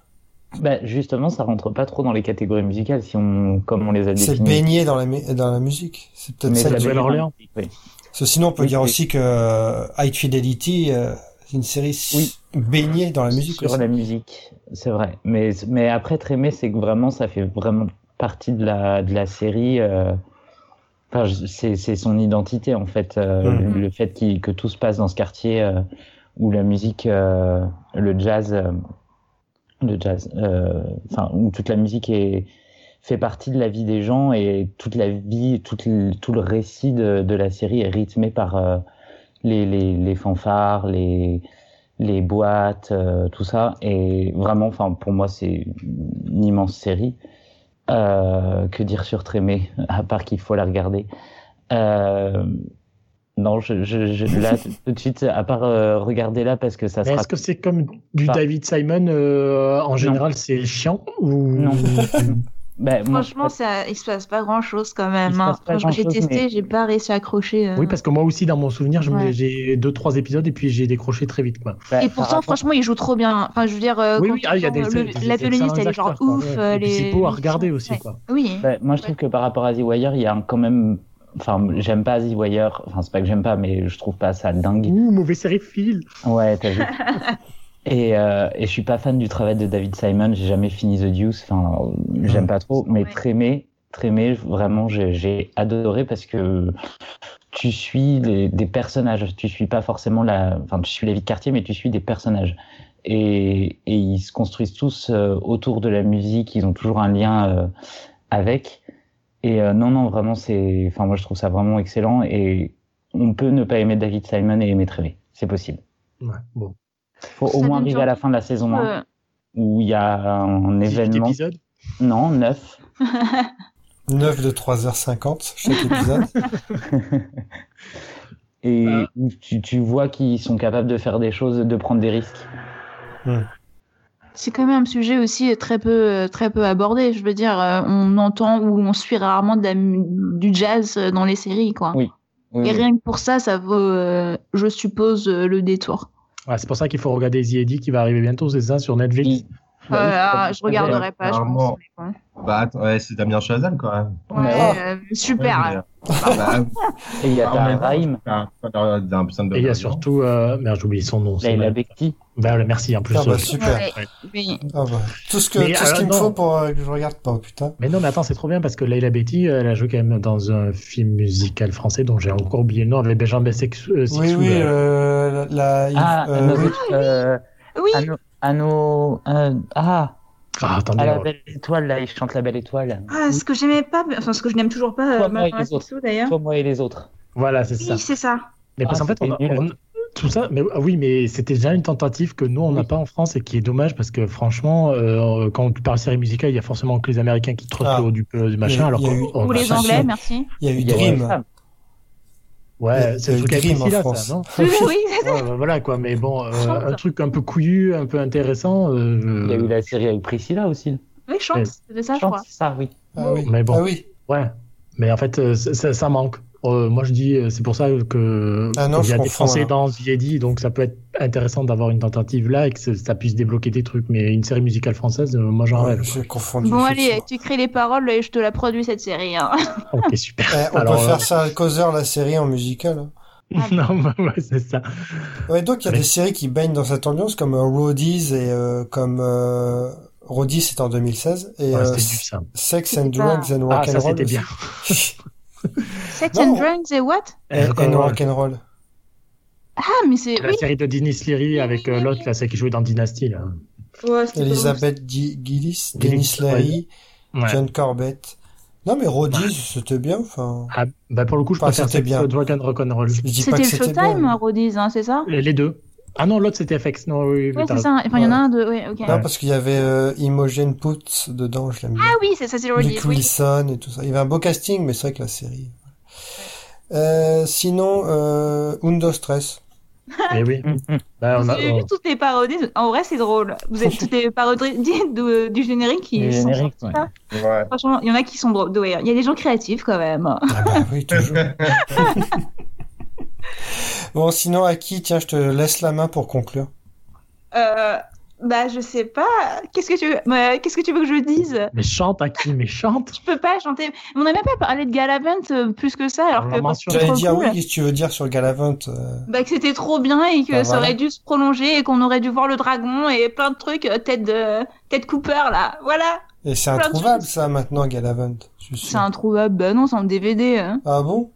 G: Bah, justement, ça rentre pas trop dans les catégories musicales, si on, comme on les a
C: C'est
G: définies.
C: baigné dans la, mu- dans la musique. C'est peut-être
G: Mais
C: ça.
G: de
C: qui-
D: Nouvelle
G: baigné dans-
D: Orléans.
G: Oui.
C: Parce que Sinon, on peut
G: Oui,
C: dire
G: oui.
C: aussi que euh, High Fidelity, euh, c'est une série s-
G: Oui.
C: baignée dans la musique.
G: Sur
C: aussi.
G: la musique, c'est vrai. Mais, mais après, très aimé, c'est que vraiment, ça fait vraiment partie de la, de la série. euh, Enfin, je- c'est c'est son identité, en fait. euh,
C: Mhm.
G: le, le fait qu'il- que tout se passe dans ce quartier euh, où la musique, euh, le jazz, euh, le jazz, euh, enfin, où toute la musique est, fait partie de la vie des gens et toute la vie, toute le- tout le récit de, de la série est rythmé par euh, les, les, les fanfares, les, les boîtes, euh, tout ça. Et vraiment, enfin, pour moi, c'est une immense série. Euh, que dire sur Trémé, *laughs* à part qu'il faut la regarder. Euh, non, je, je,
D: *laughs*
G: je- là tout de suite, à part euh, regarder là parce que ça
D: Mais
G: sera.
D: est-ce que c'est comme du
G: Pas-
D: David Simon euh, en général c'est chiant ou
G: Non. Ben, moi, je
E: Franchement, ça, il se passe pas grand chose quand
G: Il
E: même.
G: se
E: hein.
G: passe pas
E: Franchement, J'ai
G: grand-chose,
E: testé,
G: mais-
E: j'ai pas réussi à accrocher. euh.
D: *laughs* Oui, parce que moi aussi dans mon souvenir, je me-
E: Ouais.
D: j'ai deux trois épisodes et puis j'ai décroché très vite quoi.
G: ben,
E: Et
G: par
E: pourtant,
G: rapport-
E: franchement, il joue trop bien. Enfin, je veux dire, euh,
D: oui
E: quand
D: oui,
E: tu
D: ah, il y a des,
E: prends le-
D: des- des
E: la violoniste, elle est
D: excellents
E: genre
D: acteurs, quoi,
E: ouf.
D: ouais.
E: euh,
D: Et puis,
E: les...
D: c'est beau à regarder aussi
E: Ouais.
D: quoi.
E: Oui.
G: Ben, moi, je trouve que par rapport à The Wire, il y a un- quand même. Enfin, j'aime pas The Wire. Enfin, c'est pas que j'aime pas, mais je trouve pas ça dingue.
D: Ouh, mauvais série fil.
G: Ouais, t'as vu. et, euh, et je suis pas fan du travail de David Simon. J'ai jamais fini The Deuce. Enfin, j'aime pas trop. Mais
E: Ouais.
G: Trémé, aimé. Vraiment, j'ai- j'ai adoré parce que tu suis les- des personnages. Tu suis pas forcément la, enfin, tu suis la vie de quartier, mais tu suis des personnages. Et, et ils se construisent tous euh, autour de la musique. Ils ont toujours un lien euh, avec. Et euh, non, non, vraiment, c'est, enfin, moi, je trouve ça vraiment excellent. Et on peut ne pas aimer David Simon et aimer Trevé. C'est possible.
D: Ouais, bon.
G: Faut
E: Ça
G: au moins
E: donne
G: arriver à la fin de la saison 1
E: Euh,
G: où il y a un
D: 18
G: événement.
D: épisodes
G: Non, 9.
C: 9 de 3h50 chaque épisode.
G: Et
D: Ah.
G: où tu, tu vois qu'ils sont capables de faire des choses, de prendre des risques.
E: C'est quand même un sujet aussi très peu, euh, très peu abordé. Je veux dire, euh, on entend ou on suit rarement de la mu- du jazz euh, dans les séries, quoi.
G: Oui. Oui,
E: Et
G: oui.
E: rien que pour ça, ça vaut, euh, je suppose, euh, le détour.
D: Ouais, C'est pour ça qu'il faut regarder The Eddy qui va arriver bientôt, c'est ça, sur Netflix
G: Oui.
E: Euh, ah, je regarderai
F: ouais,
E: pas, je pense.
F: clairement.
E: mais bon.
F: Bah, attends, ouais, c'est Damien Chazelle, quand même.
E: Ouais, euh, super.
F: Ouais, mais- Ah, bah,
G: Et il y a
F: Ah, on est-
G: ta Raïm,
F: ah, d'un- d'un- d'un-
D: Et il y a surtout. Euh... Merde, j'oublie son nom. c'est
G: Laila
D: mal.
G: Bekti.
D: Bah, merci, en plus.
C: Ah bah,
D: euh,
C: super.
E: Ouais, mais-
C: Ah bah, Tout ce que-
D: Mais
C: tout ce
D: alors,
C: qu'il me
D: non.
C: faut pour euh, que je regarde pas, putain.
D: Mais non, mais attends, c'est trop bien parce que Leila Betty, euh, elle a joué quand même dans un film musical français dont j'ai encore oublié le nom avec Benjamin Bessexou. euh,
C: Oui,
D: Sixou,
C: oui,
D: euh,
C: euh, la, la-
G: Ah,
C: euh,
G: Anno-
C: oui.
G: euh,
E: Oui,
G: Anno- Anno- euh, ah,
D: Ah, attendez.
G: à la
D: euh,
G: belle étoile, là, il chante la belle étoile.
E: ah, ce que j'aimais pas, enfin ce que je n'aime toujours pas,
G: Toi,
E: euh,
G: moi
E: Benjamin
G: et les autres.
E: Sixou, d'ailleurs.
G: Toi, moi et les autres.
D: Voilà, c'est ça.
E: Oui, c'est ça.
D: Mais parce
G: Ah,
D: qu'en fait, on, a-
G: c'était nul.
D: on- tout ça, mais ah oui, mais c'était déjà une tentative que nous, on n'a
G: Oui.
D: pas en France et qui est dommage parce que franchement, euh, quand tu parles série musicale, il y a forcément que les Américains qui trottent
C: Ah.
D: le haut du, euh, du machin.
C: Il y a-
D: alors
C: il y a
D: qu'on-
C: eu-
D: on
E: Ou
D: a
E: les
D: cherché-
E: Anglais, merci.
C: Il y a eu
G: Il y a une
C: Dream.
G: femme.
C: Il y a-
D: Ouais,
C: il y a
D: c'est le
C: eu
D: truc avec
C: Dream en
D: Priscilla,
C: France. *laughs*
D: ça, non
E: Oui, oui, c'est ça.
D: Ouais, bah, voilà quoi, mais bon, euh, un truc un peu couillu, un peu intéressant. euh,
G: Il y a eu la série avec Priscilla aussi.
E: *laughs* Oui, chante, c'était ça, je
G: Chante
E: crois.
G: ça, oui.
C: Ah oui.
D: Mais bon.
C: Ah oui.
D: Ouais, mais en fait, euh, ça, ça- ça manque. Euh, moi, je dis, euh, c'est pour ça que
C: Ah non,
D: il y
C: je
D: a des
C: confonds,
D: Français
C: alors.
D: dans Viedi, donc ça peut être intéressant d'avoir une tentative là et que ça- ça puisse débloquer des trucs. Mais une série musicale française, euh, moi, j'en rêve.
C: J'ai confondu.
E: Bon, allez,
C: effectivement.
E: tu crées les paroles et je te la produis cette série. hein.
D: Ok, super.
C: Eh, on
D: Alors,
C: peut
D: euh,
C: faire ça à Causeur, la série en musical. hein.
D: *laughs* non, bah, ouais, c'est ça.
C: Ouais, donc il y a
D: Allez.
C: des séries qui baignent dans cette ambiance, comme euh, Roadies et euh, comme euh, Roadies, c'était en 2016 et
D: Ouais,
C: euh,
D: c'était du ça.
C: Sex and
E: C'était
C: Drugs and
D: Ah, ça,
C: Rock'n'Roll.
D: c'était bien.
C: *laughs*
E: Sex
C: Non.
E: and Drugs et what
C: Et,
D: Euh,
C: and
D: comment-
C: Rock'n'Roll.
E: Ah, mais c'est.
D: La
E: Oui,
D: série de Dennis Leary avec euh, l'autre, là, celle qui jouait dans Dynasty, là.
E: Ouais, c'était pas
C: Elizabeth Gi- Gillis,
D: Gillis,
C: Dennis Leary,
D: Ouais.
C: John Corbett. Non, mais Roadies, c'était bien. Enfin,
D: Ah, bah, pour le coup, je
C: Ah,
D: préfère
C: c'était
D: Sex,
C: bien.
D: euh, Drug and Rock'n'Roll.
C: je dis pas
E: C'était
C: que
E: le
C: c'était bien.
E: Showtime, hein, Roddy's, hein, c'est ça
D: Les les deux. Ah non, l'autre, c'était FX. Non, oui, oui,
E: Oui,
D: t'as
E: c'est ça. Enfin, il y en a un de. Oui, ok.
C: Non, parce qu'il y avait euh, Imogen Poots dedans, je l'aime bien.
E: Ah oui, c'est ça, c'est Roddy's.
C: Luke
E: Oui.
C: Wilson et tout ça. Il y avait un beau casting, mais c'est vrai que la série. Euh, sinon, euh, Undo
E: *laughs*
C: Stress.
D: Eh oui.
G: Mm, mm.
D: Bah, on
E: Vous
D: a-
E: avez vu toutes les parodies En vrai, c'est drôle. Vous avez toutes les parodies *laughs* du, du générique qui
G: *laughs* Du
E: sont
G: générique,
E: sorties,
G: ouais.
E: là.
F: Ouais.
E: Franchement, il y en a qui sont drôles. Ouais, Il y a des gens créatifs quand même.
C: Ah bah oui,
E: *laughs*
C: toujours. bon, sinon, à qui Tiens, je te laisse la main pour conclure.
E: Euh, bah, je sais pas. Qu'est-ce que tu veux, mais qu'est-ce que tu veux que je dise
D: Mais chante, Aki, mais chante
E: Je peux pas chanter. On n'a même pas parlé de Galavant euh, plus que ça, alors
D: On
E: que
D: l'a
E: quand
D: mentionné.
E: c'est
C: J'allais
E: trop
C: dire
E: cool,
C: oui, qu'est-ce que tu veux dire sur Galavant euh,
E: bah, que c'était trop bien et que
C: Bah,
E: ça
C: voilà.
E: aurait dû se prolonger et qu'on aurait dû voir le dragon et plein de trucs, euh, tête de tête Cooper là. Voilà.
C: Et c'est
E: Plein de
C: introuvable,
E: choses.
C: ça, maintenant, Galavant. Je suis sûr.
E: C'est introuvable. Bah non, c'est en DVD. hein.
C: Ah bon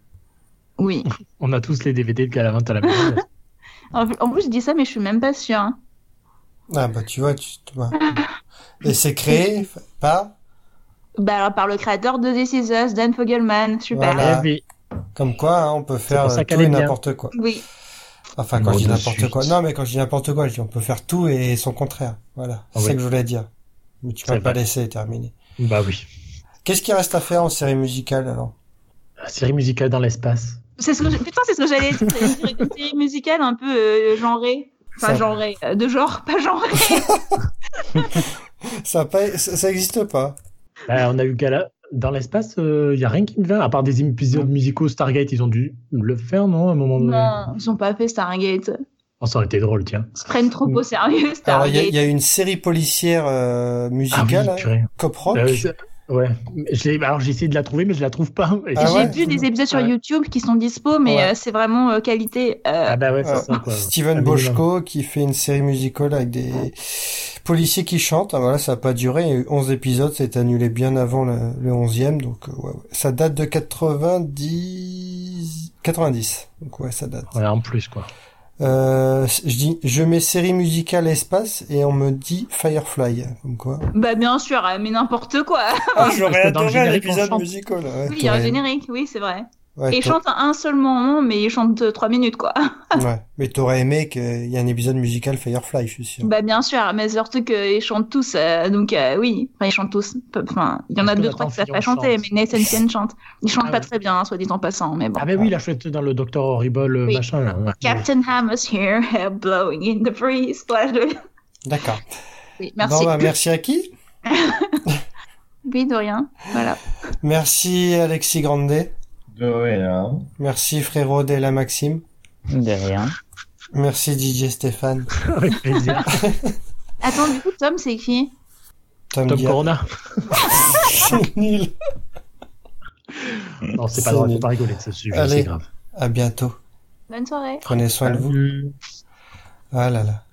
E: Oui.
D: On a tous les DVD de Galavant à la maison.
E: En en plus, je dis ça, mais je suis même pas sûre. hein.
C: Ah bah, tu vois, tu... tu
E: *laughs*
C: vois. Et c'est créé par...
E: Bah alors par le créateur de This Is Us, Dan Fogelman, super.
C: Voilà.
D: Eh oui.
C: Comme quoi, hein, on peut faire
D: pour ça
C: euh,
D: qu'elle
C: tout et
D: est bien.
C: n'importe quoi.
E: Oui.
C: Enfin, quand
D: Bon,
C: je dis
D: de
C: n'importe
D: suite.
C: quoi. Non, mais quand je dis n'importe quoi, je dis on peut faire tout et son contraire. Voilà.
D: Ah
C: c'est
D: oui.
C: ce que je voulais dire. Mais tu
D: C'est
C: m'as pas
D: vrai.
C: laissé terminer.
D: Bah oui.
C: Qu'est-ce qui reste à faire en série musicale alors
D: La série musicale dans l'espace.
E: C'est ce que je- putain, c'est ce que j'allais dire. Une série- Une série musicale un peu euh, genrée. Enfin
C: Ça-
E: genrée, euh, de genre, pas genrée.
C: Ça a pas- ça ça existe pas.
D: Bah, on a eu Gala. Dans l'espace, il n'y a rien qui me vient. À part des épisodes musicaux Stargate, ils ont dû le faire, non À un moment donné.
E: Non, ils ont pas fait Stargate.
D: Oh, ça aurait été drôle, tiens.
E: Ils se prennent trop au sérieux
C: Alors il y, a- il
E: Stargate.
C: y a une série policière euh,
D: Ah oui,
C: musicale, hein,
D: purée.
C: Cop Rock.
D: Euh, c'est- ouais. Je l'ai- Alors, j'ai essayé de la trouver, mais je la trouve pas. Et
C: Ah
E: J'ai
C: ouais
E: vu des épisodes sur
D: Ouais.
E: YouTube qui sont dispo, mais
C: Ouais.
E: euh, c'est vraiment euh, qualité. euh,
D: Ah bah ouais, c'est
C: Euh,
D: ça, quoi.
C: Steven
D: Ah, mais non.
C: Boschko qui fait une série musicale avec des Policier qui chante, ah, voilà, ça a pas duré. Il y a eu 11 épisodes, c'est annulé bien avant la- le 11e, donc euh, ouais, ouais. ça date de 90... 90, donc ouais, ça date.
D: Voilà, en plus, quoi.
C: Euh, je dis, je mets série musicale espace et on me dit Firefly, comme quoi.
E: Bah bien sûr, euh, mais n'importe quoi.
D: j'aurais
E: *laughs*
D: Parce que dans le adoré un générique, on épisode chante.
C: musical.
E: oui, il y a un générique, oui, c'est vrai. Et il chante un seul moment, mais il chante euh, trois minutes, quoi.
C: Ouais, mais t'aurais aimé qu'il y ait un épisode musical Firefly, je suis sûr.
E: Bah bien sûr, mais surtout qu'ils chantent tous, euh, donc euh, oui, enfin ils chantent tous. Enfin, il y en
D: Est-ce
E: a
D: que
E: deux
D: Nathan
E: trois qui savent
D: Fillon
E: pas chanter,
D: chante
E: mais Nathan Fielden chante. Il chante
D: Ah
E: pas
D: oui.
E: très bien, hein, soit dit en passant, mais bon.
D: Ah, mais oui, la chouette dans le Docteur Horrible, euh,
E: Oui.
D: machin, là. ouais.
E: Captain Hammer's here, hair blowing in the breeze. Voilà, je-
C: D'accord.
E: Oui,
C: Bon,
E: merci.
C: bah, merci à qui
E: Oui, de rien. Voilà.
C: Merci Alexis Grande.
F: De hein. rien.
C: Merci frérot Della Maxime.
G: De rien.
C: Merci DJ Stéphane.
D: Avec plaisir.
E: Attends, du coup, Tom, c'est qui
C: Tom,
D: Tom
C: Diaz.
D: Corona.
C: *laughs* C'est nul.
D: Non, c'est pas
C: C'est
D: drôle,
C: nul.
D: faut pas rigoler de ce sujet,
C: Allez.
D: c'est grave.
C: À bientôt.
E: Bonne soirée.
C: Prenez soin de vous. Ah là là.